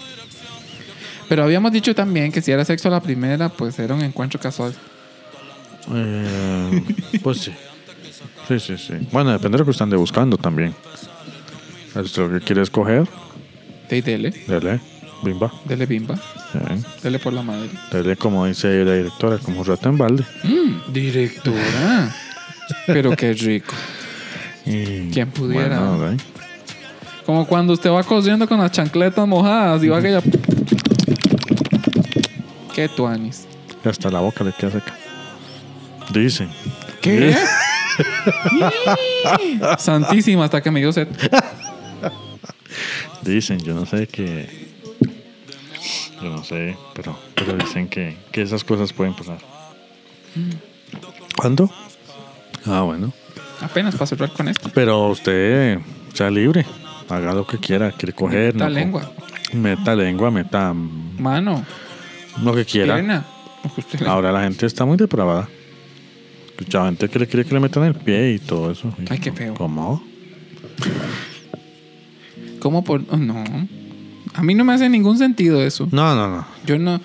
Speaker 2: Pero habíamos dicho también que si era sexo a la primera, pues era un encuentro casual.
Speaker 3: eh, pues sí. Sí, sí, sí. Bueno, depende de lo que estén buscando también. Es lo que quieres coger,
Speaker 2: De dele,
Speaker 3: dele, bimba.
Speaker 2: dele bimba,
Speaker 3: Eh,
Speaker 2: dele por la madre.
Speaker 3: Dele, como dice la directora, como rato en balde.
Speaker 2: Mm, directora. Pero qué rico.
Speaker 3: Y,
Speaker 2: Quien pudiera.
Speaker 3: bueno, ahí.
Speaker 2: Como cuando usted va corriendo con las chancletas mojadas y va aquella. Qué tuanis.
Speaker 3: Y hasta la boca le queda seca. Dicen.
Speaker 2: ¿Qué? Santísima, hasta que me dio sed.
Speaker 3: Dicen, yo no sé que. Yo no sé, pero, pero dicen que, que esas cosas pueden pasar. ¿Cuándo? Ah, bueno.
Speaker 2: Apenas para cerrar con esto.
Speaker 3: Pero usted sea libre. Haga lo que quiera, quiere coger.
Speaker 2: La
Speaker 3: no co-
Speaker 2: lengua,
Speaker 3: Meta lengua, meta mm,
Speaker 2: mano,
Speaker 3: lo que quiera.
Speaker 2: pierna. lo que usted le-
Speaker 3: Ahora la gente está muy depravada. Escuchaba gente que le quiere que le metan el pie y todo eso. Y
Speaker 2: Ay, qué feo.
Speaker 3: ¿Cómo?
Speaker 2: ¿Cómo por.? oh, no. A mí no me hace ningún sentido eso.
Speaker 3: No, no, no.
Speaker 2: Yo no.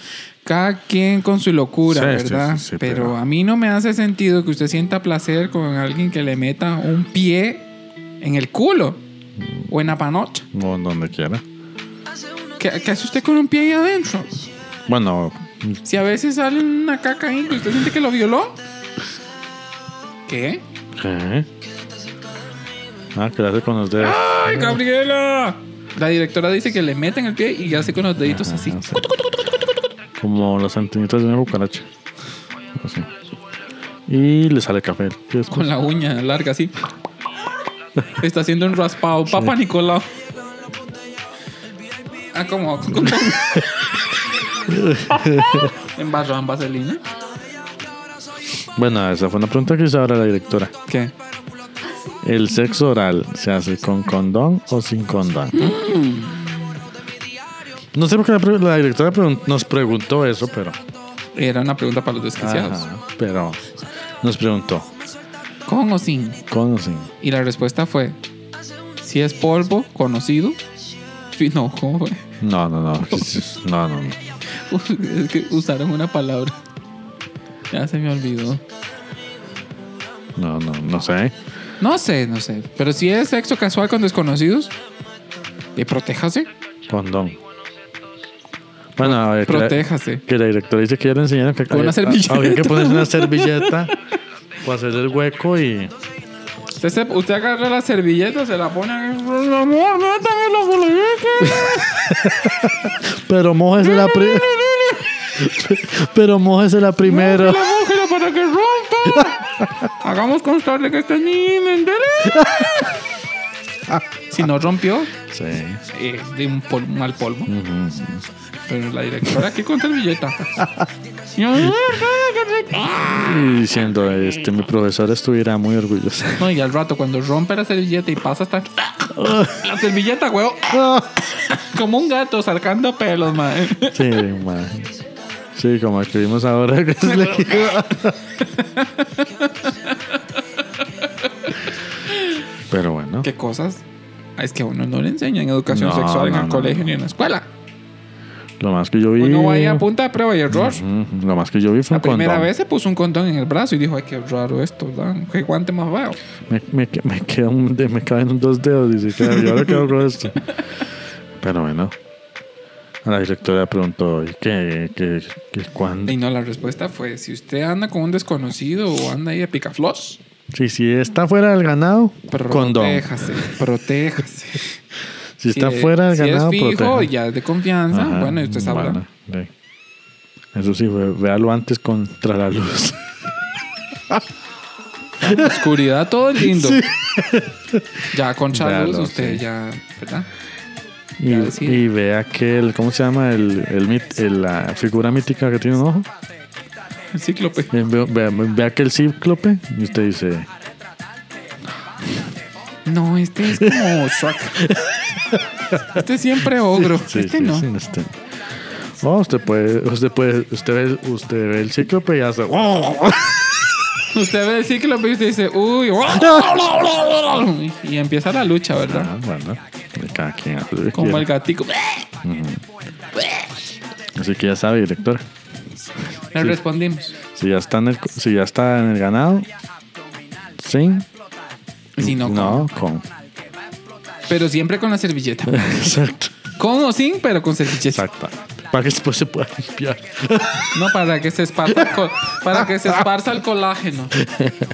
Speaker 2: Cada quien con su locura,
Speaker 3: Sí, sí,
Speaker 2: ¿verdad?
Speaker 3: sí, sí,
Speaker 2: pero,
Speaker 3: pero-
Speaker 2: a mí no me hace sentido que usted sienta placer con alguien que le meta un pie en el culo o en la panocha.
Speaker 3: No, donde quiera.
Speaker 2: ¿Qué, qué hace usted con un pie ahí adentro?
Speaker 3: Bueno,
Speaker 2: Si a veces sale una caca ahí, ¿usted siente que lo violó? ¿Qué?
Speaker 3: ¿qué? Ah, quedarse con los dedos.
Speaker 2: ¡Ay, Gabriela! La directora dice que le meten el pie y hace con los deditos así.
Speaker 3: Ah, Como las antenitas de una cucaracha. Así. Y le sale café. Y después-
Speaker 2: Con la uña larga así. Está haciendo un raspado. Papá Nicolau. Ah, como. como- Embarrado en vaselina.
Speaker 3: Bueno, esa fue una pregunta que hizo ahora la directora.
Speaker 2: ¿Qué?
Speaker 3: ¿El sexo oral se hace con condón o sin condón? No sé por qué la, pre- la directora pregun- nos preguntó eso, pero.
Speaker 2: Era una pregunta para los desquiciados.
Speaker 3: Ajá, pero nos preguntó,
Speaker 2: ¿Con o sin?
Speaker 3: ¿con o sin?
Speaker 2: Y la respuesta fue: si es polvo conocido. Sí, No, ¿cómo fue?
Speaker 3: No, no, no. No, no, no.
Speaker 2: Es que usaron una palabra. Ya se me olvidó.
Speaker 3: No, no, no sé.
Speaker 2: No sé, no sé. Pero si es sexo casual con desconocidos, eh, protéjase.
Speaker 3: Condón. Bueno, a ver, que la-
Speaker 2: Protéjase.
Speaker 3: Que la directora dice que ya le enseñaron que
Speaker 2: Con una
Speaker 3: había-
Speaker 2: servilleta.
Speaker 3: había que ponerse una servilleta para hacer el hueco y.
Speaker 2: Usted, se- usted agarra la servilleta, se la pone. ahí. Amor, métame la servilleta.
Speaker 3: Pero mojese la primero. Pero mojese la primero.
Speaker 2: La mójela para que rompa. Hagamos constar de que este es mi inventario. Si no rompió,
Speaker 3: Sí.
Speaker 2: eh, de un pol- un mal polvo. Pero la directora aquí con servilleta.
Speaker 3: Y diciendo, este, mi profesora estuviera muy orgullosa.
Speaker 2: Ah, No, y al rato, cuando rompe la servilleta y pasa hasta. La servilleta, huevo. Como un gato sacando pelos, madre.
Speaker 3: Sí, ma. Sí, como escribimos ahora. que es la- Pero bueno.
Speaker 2: ¿Qué cosas? Ah, Es que a uno no le enseñan educación
Speaker 3: No,
Speaker 2: sexual en
Speaker 3: no,
Speaker 2: el
Speaker 3: no,
Speaker 2: colegio
Speaker 3: no.
Speaker 2: ni en la escuela.
Speaker 3: Lo más que yo vi.
Speaker 2: Uno va ahí a punta de prueba y error.
Speaker 3: Ujú, Lo más que yo vi fue
Speaker 2: La
Speaker 3: un
Speaker 2: primera
Speaker 3: condón.
Speaker 2: vez se puso un condón en el brazo y dijo, ay, qué raro esto, ¿verdad? Qué guante más feo.
Speaker 3: Me, me, que- me, queda un de- me caben dos dedos. Dice, claro, yo ahora quedo con esto. Pero bueno. A la directora preguntó, ¿y qué, qué, qué, cuándo?
Speaker 2: Y no, la respuesta fue, si usted anda con un desconocido o anda ahí a picaflos,
Speaker 3: Sí, si está fuera del ganado, condón.
Speaker 2: protéjase, protéjase.
Speaker 3: Si está
Speaker 2: eh,
Speaker 3: fuera del
Speaker 2: si es
Speaker 3: ganado,
Speaker 2: fijo,
Speaker 3: proteja.
Speaker 2: ya es de confianza,
Speaker 3: Ajá,
Speaker 2: bueno, y usted sabrá.
Speaker 3: bueno, sí. Eso sí, ve- véalo antes contra la luz.
Speaker 2: Oscuridad, todo es lindo. Ya con chalos,
Speaker 3: Véalo,
Speaker 2: usted
Speaker 3: sí.
Speaker 2: ya, ¿verdad?
Speaker 3: Y,
Speaker 2: Ya sí.
Speaker 3: y ve aquel, ¿cómo se llama? El, el mit- el- la figura mítica que tiene un ojo.
Speaker 2: El cíclope.
Speaker 3: Eh, Ve, ve- ve aquel cíclope y usted dice,
Speaker 2: No, este es como Shrek. Este siempre ogro.
Speaker 3: Sí,
Speaker 2: este
Speaker 3: sí,
Speaker 2: no.
Speaker 3: sí, este. No, usted puede, usted puede, usted ve, el- usted ve el cíclope y hace. ¡oh!
Speaker 2: Usted ve el cíclope y usted dice, uy, oh, y empieza la lucha, ¿verdad?
Speaker 3: Ah, bueno, de cada quien hace lo que
Speaker 2: Como
Speaker 3: quiere.
Speaker 2: el gatico.
Speaker 3: Así que ya sabe, director.
Speaker 2: Le respondimos.
Speaker 3: Si ya está en el, si ya está en el ganado, sin,
Speaker 2: Y si no,
Speaker 3: no, con.
Speaker 2: pero siempre con la servilleta.
Speaker 3: Exacto,
Speaker 2: Con o sin, pero con servilleta.
Speaker 3: exacto. Para que después se pueda limpiar.
Speaker 2: No para que se esparza, el col- para que se esparza el colágeno.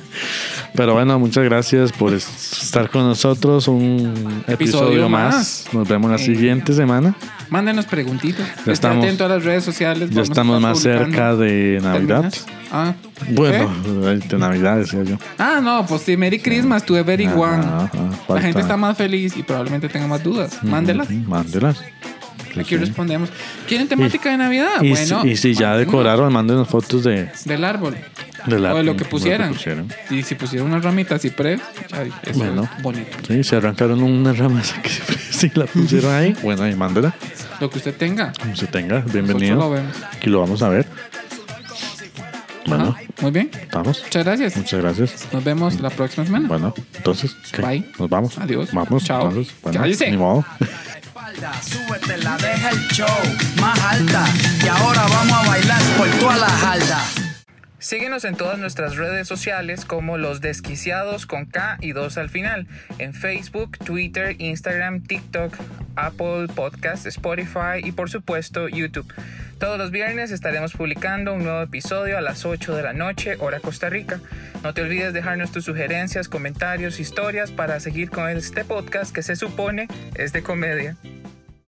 Speaker 3: Pero bueno, muchas gracias por es- estar con nosotros. Un episodio,
Speaker 2: Episodio
Speaker 3: más.
Speaker 2: más.
Speaker 3: Nos vemos la
Speaker 2: Eh,
Speaker 3: siguiente semana.
Speaker 2: Mándenos preguntitas. Esté
Speaker 3: estamos-
Speaker 2: atento a las redes sociales.
Speaker 3: Ya
Speaker 2: vamos a
Speaker 3: estamos
Speaker 2: estar
Speaker 3: más
Speaker 2: publicando.
Speaker 3: cerca de Navidad.
Speaker 2: ¿Terminas? Ah.
Speaker 3: Bueno,
Speaker 2: ¿Eh?
Speaker 3: de Navidad, decía yo.
Speaker 2: Ah, no, pues sí, Merry Christmas to everyone.
Speaker 3: Ajá, ajá,
Speaker 2: la
Speaker 3: falta.
Speaker 2: gente está más feliz y probablemente tenga más dudas. Mándelas.
Speaker 3: Mándelas.
Speaker 2: Aquí respondemos. ¿Quieren temática de Navidad?
Speaker 3: Y,
Speaker 2: Ah, bueno.
Speaker 3: si, y si ya
Speaker 2: mandemos
Speaker 3: decoraron, mándenos fotos de,
Speaker 2: Del árbol.
Speaker 3: del
Speaker 2: o de
Speaker 3: árbol,
Speaker 2: lo que pusieran.
Speaker 3: pusieron.
Speaker 2: Y si pusieron unas ramitas y pre, ay, eso
Speaker 3: Bueno.
Speaker 2: es bonito.
Speaker 3: Sí, se arrancaron una rama esa que siempre- sí la pusieron ahí. Bueno, ahí mándela,
Speaker 2: Lo que usted tenga.
Speaker 3: como se tenga.
Speaker 2: Nosotros lo
Speaker 3: Bienvenido.
Speaker 2: vemos.
Speaker 3: Aquí lo vamos a ver. Bueno,
Speaker 2: Ajá, Muy bien.
Speaker 3: estamos.
Speaker 2: Muchas gracias.
Speaker 3: Muchas gracias.
Speaker 2: Nos vemos la próxima semana.
Speaker 3: Bueno, entonces, ¿qué?
Speaker 2: Bye.
Speaker 3: Nos vamos.
Speaker 2: Adiós.
Speaker 3: Vamos.
Speaker 2: Chao.
Speaker 3: Entonces, bueno,
Speaker 2: Cállese.
Speaker 3: ni modo.
Speaker 7: espalda, súbete, la deja el show más alta. Y ahora vamos a bailar por toda la jalda.
Speaker 8: Síguenos en todas nuestras redes sociales como Los Desquiciados con K y 2 al final, en Facebook, Twitter, Instagram, TikTok, Apple Podcast, Spotify y por supuesto YouTube. Todos los viernes estaremos publicando un nuevo episodio a las 8 de la noche, hora Costa Rica. No te olvides dejarnos tus sugerencias, comentarios, historias para seguir con este podcast que se supone es de comedia.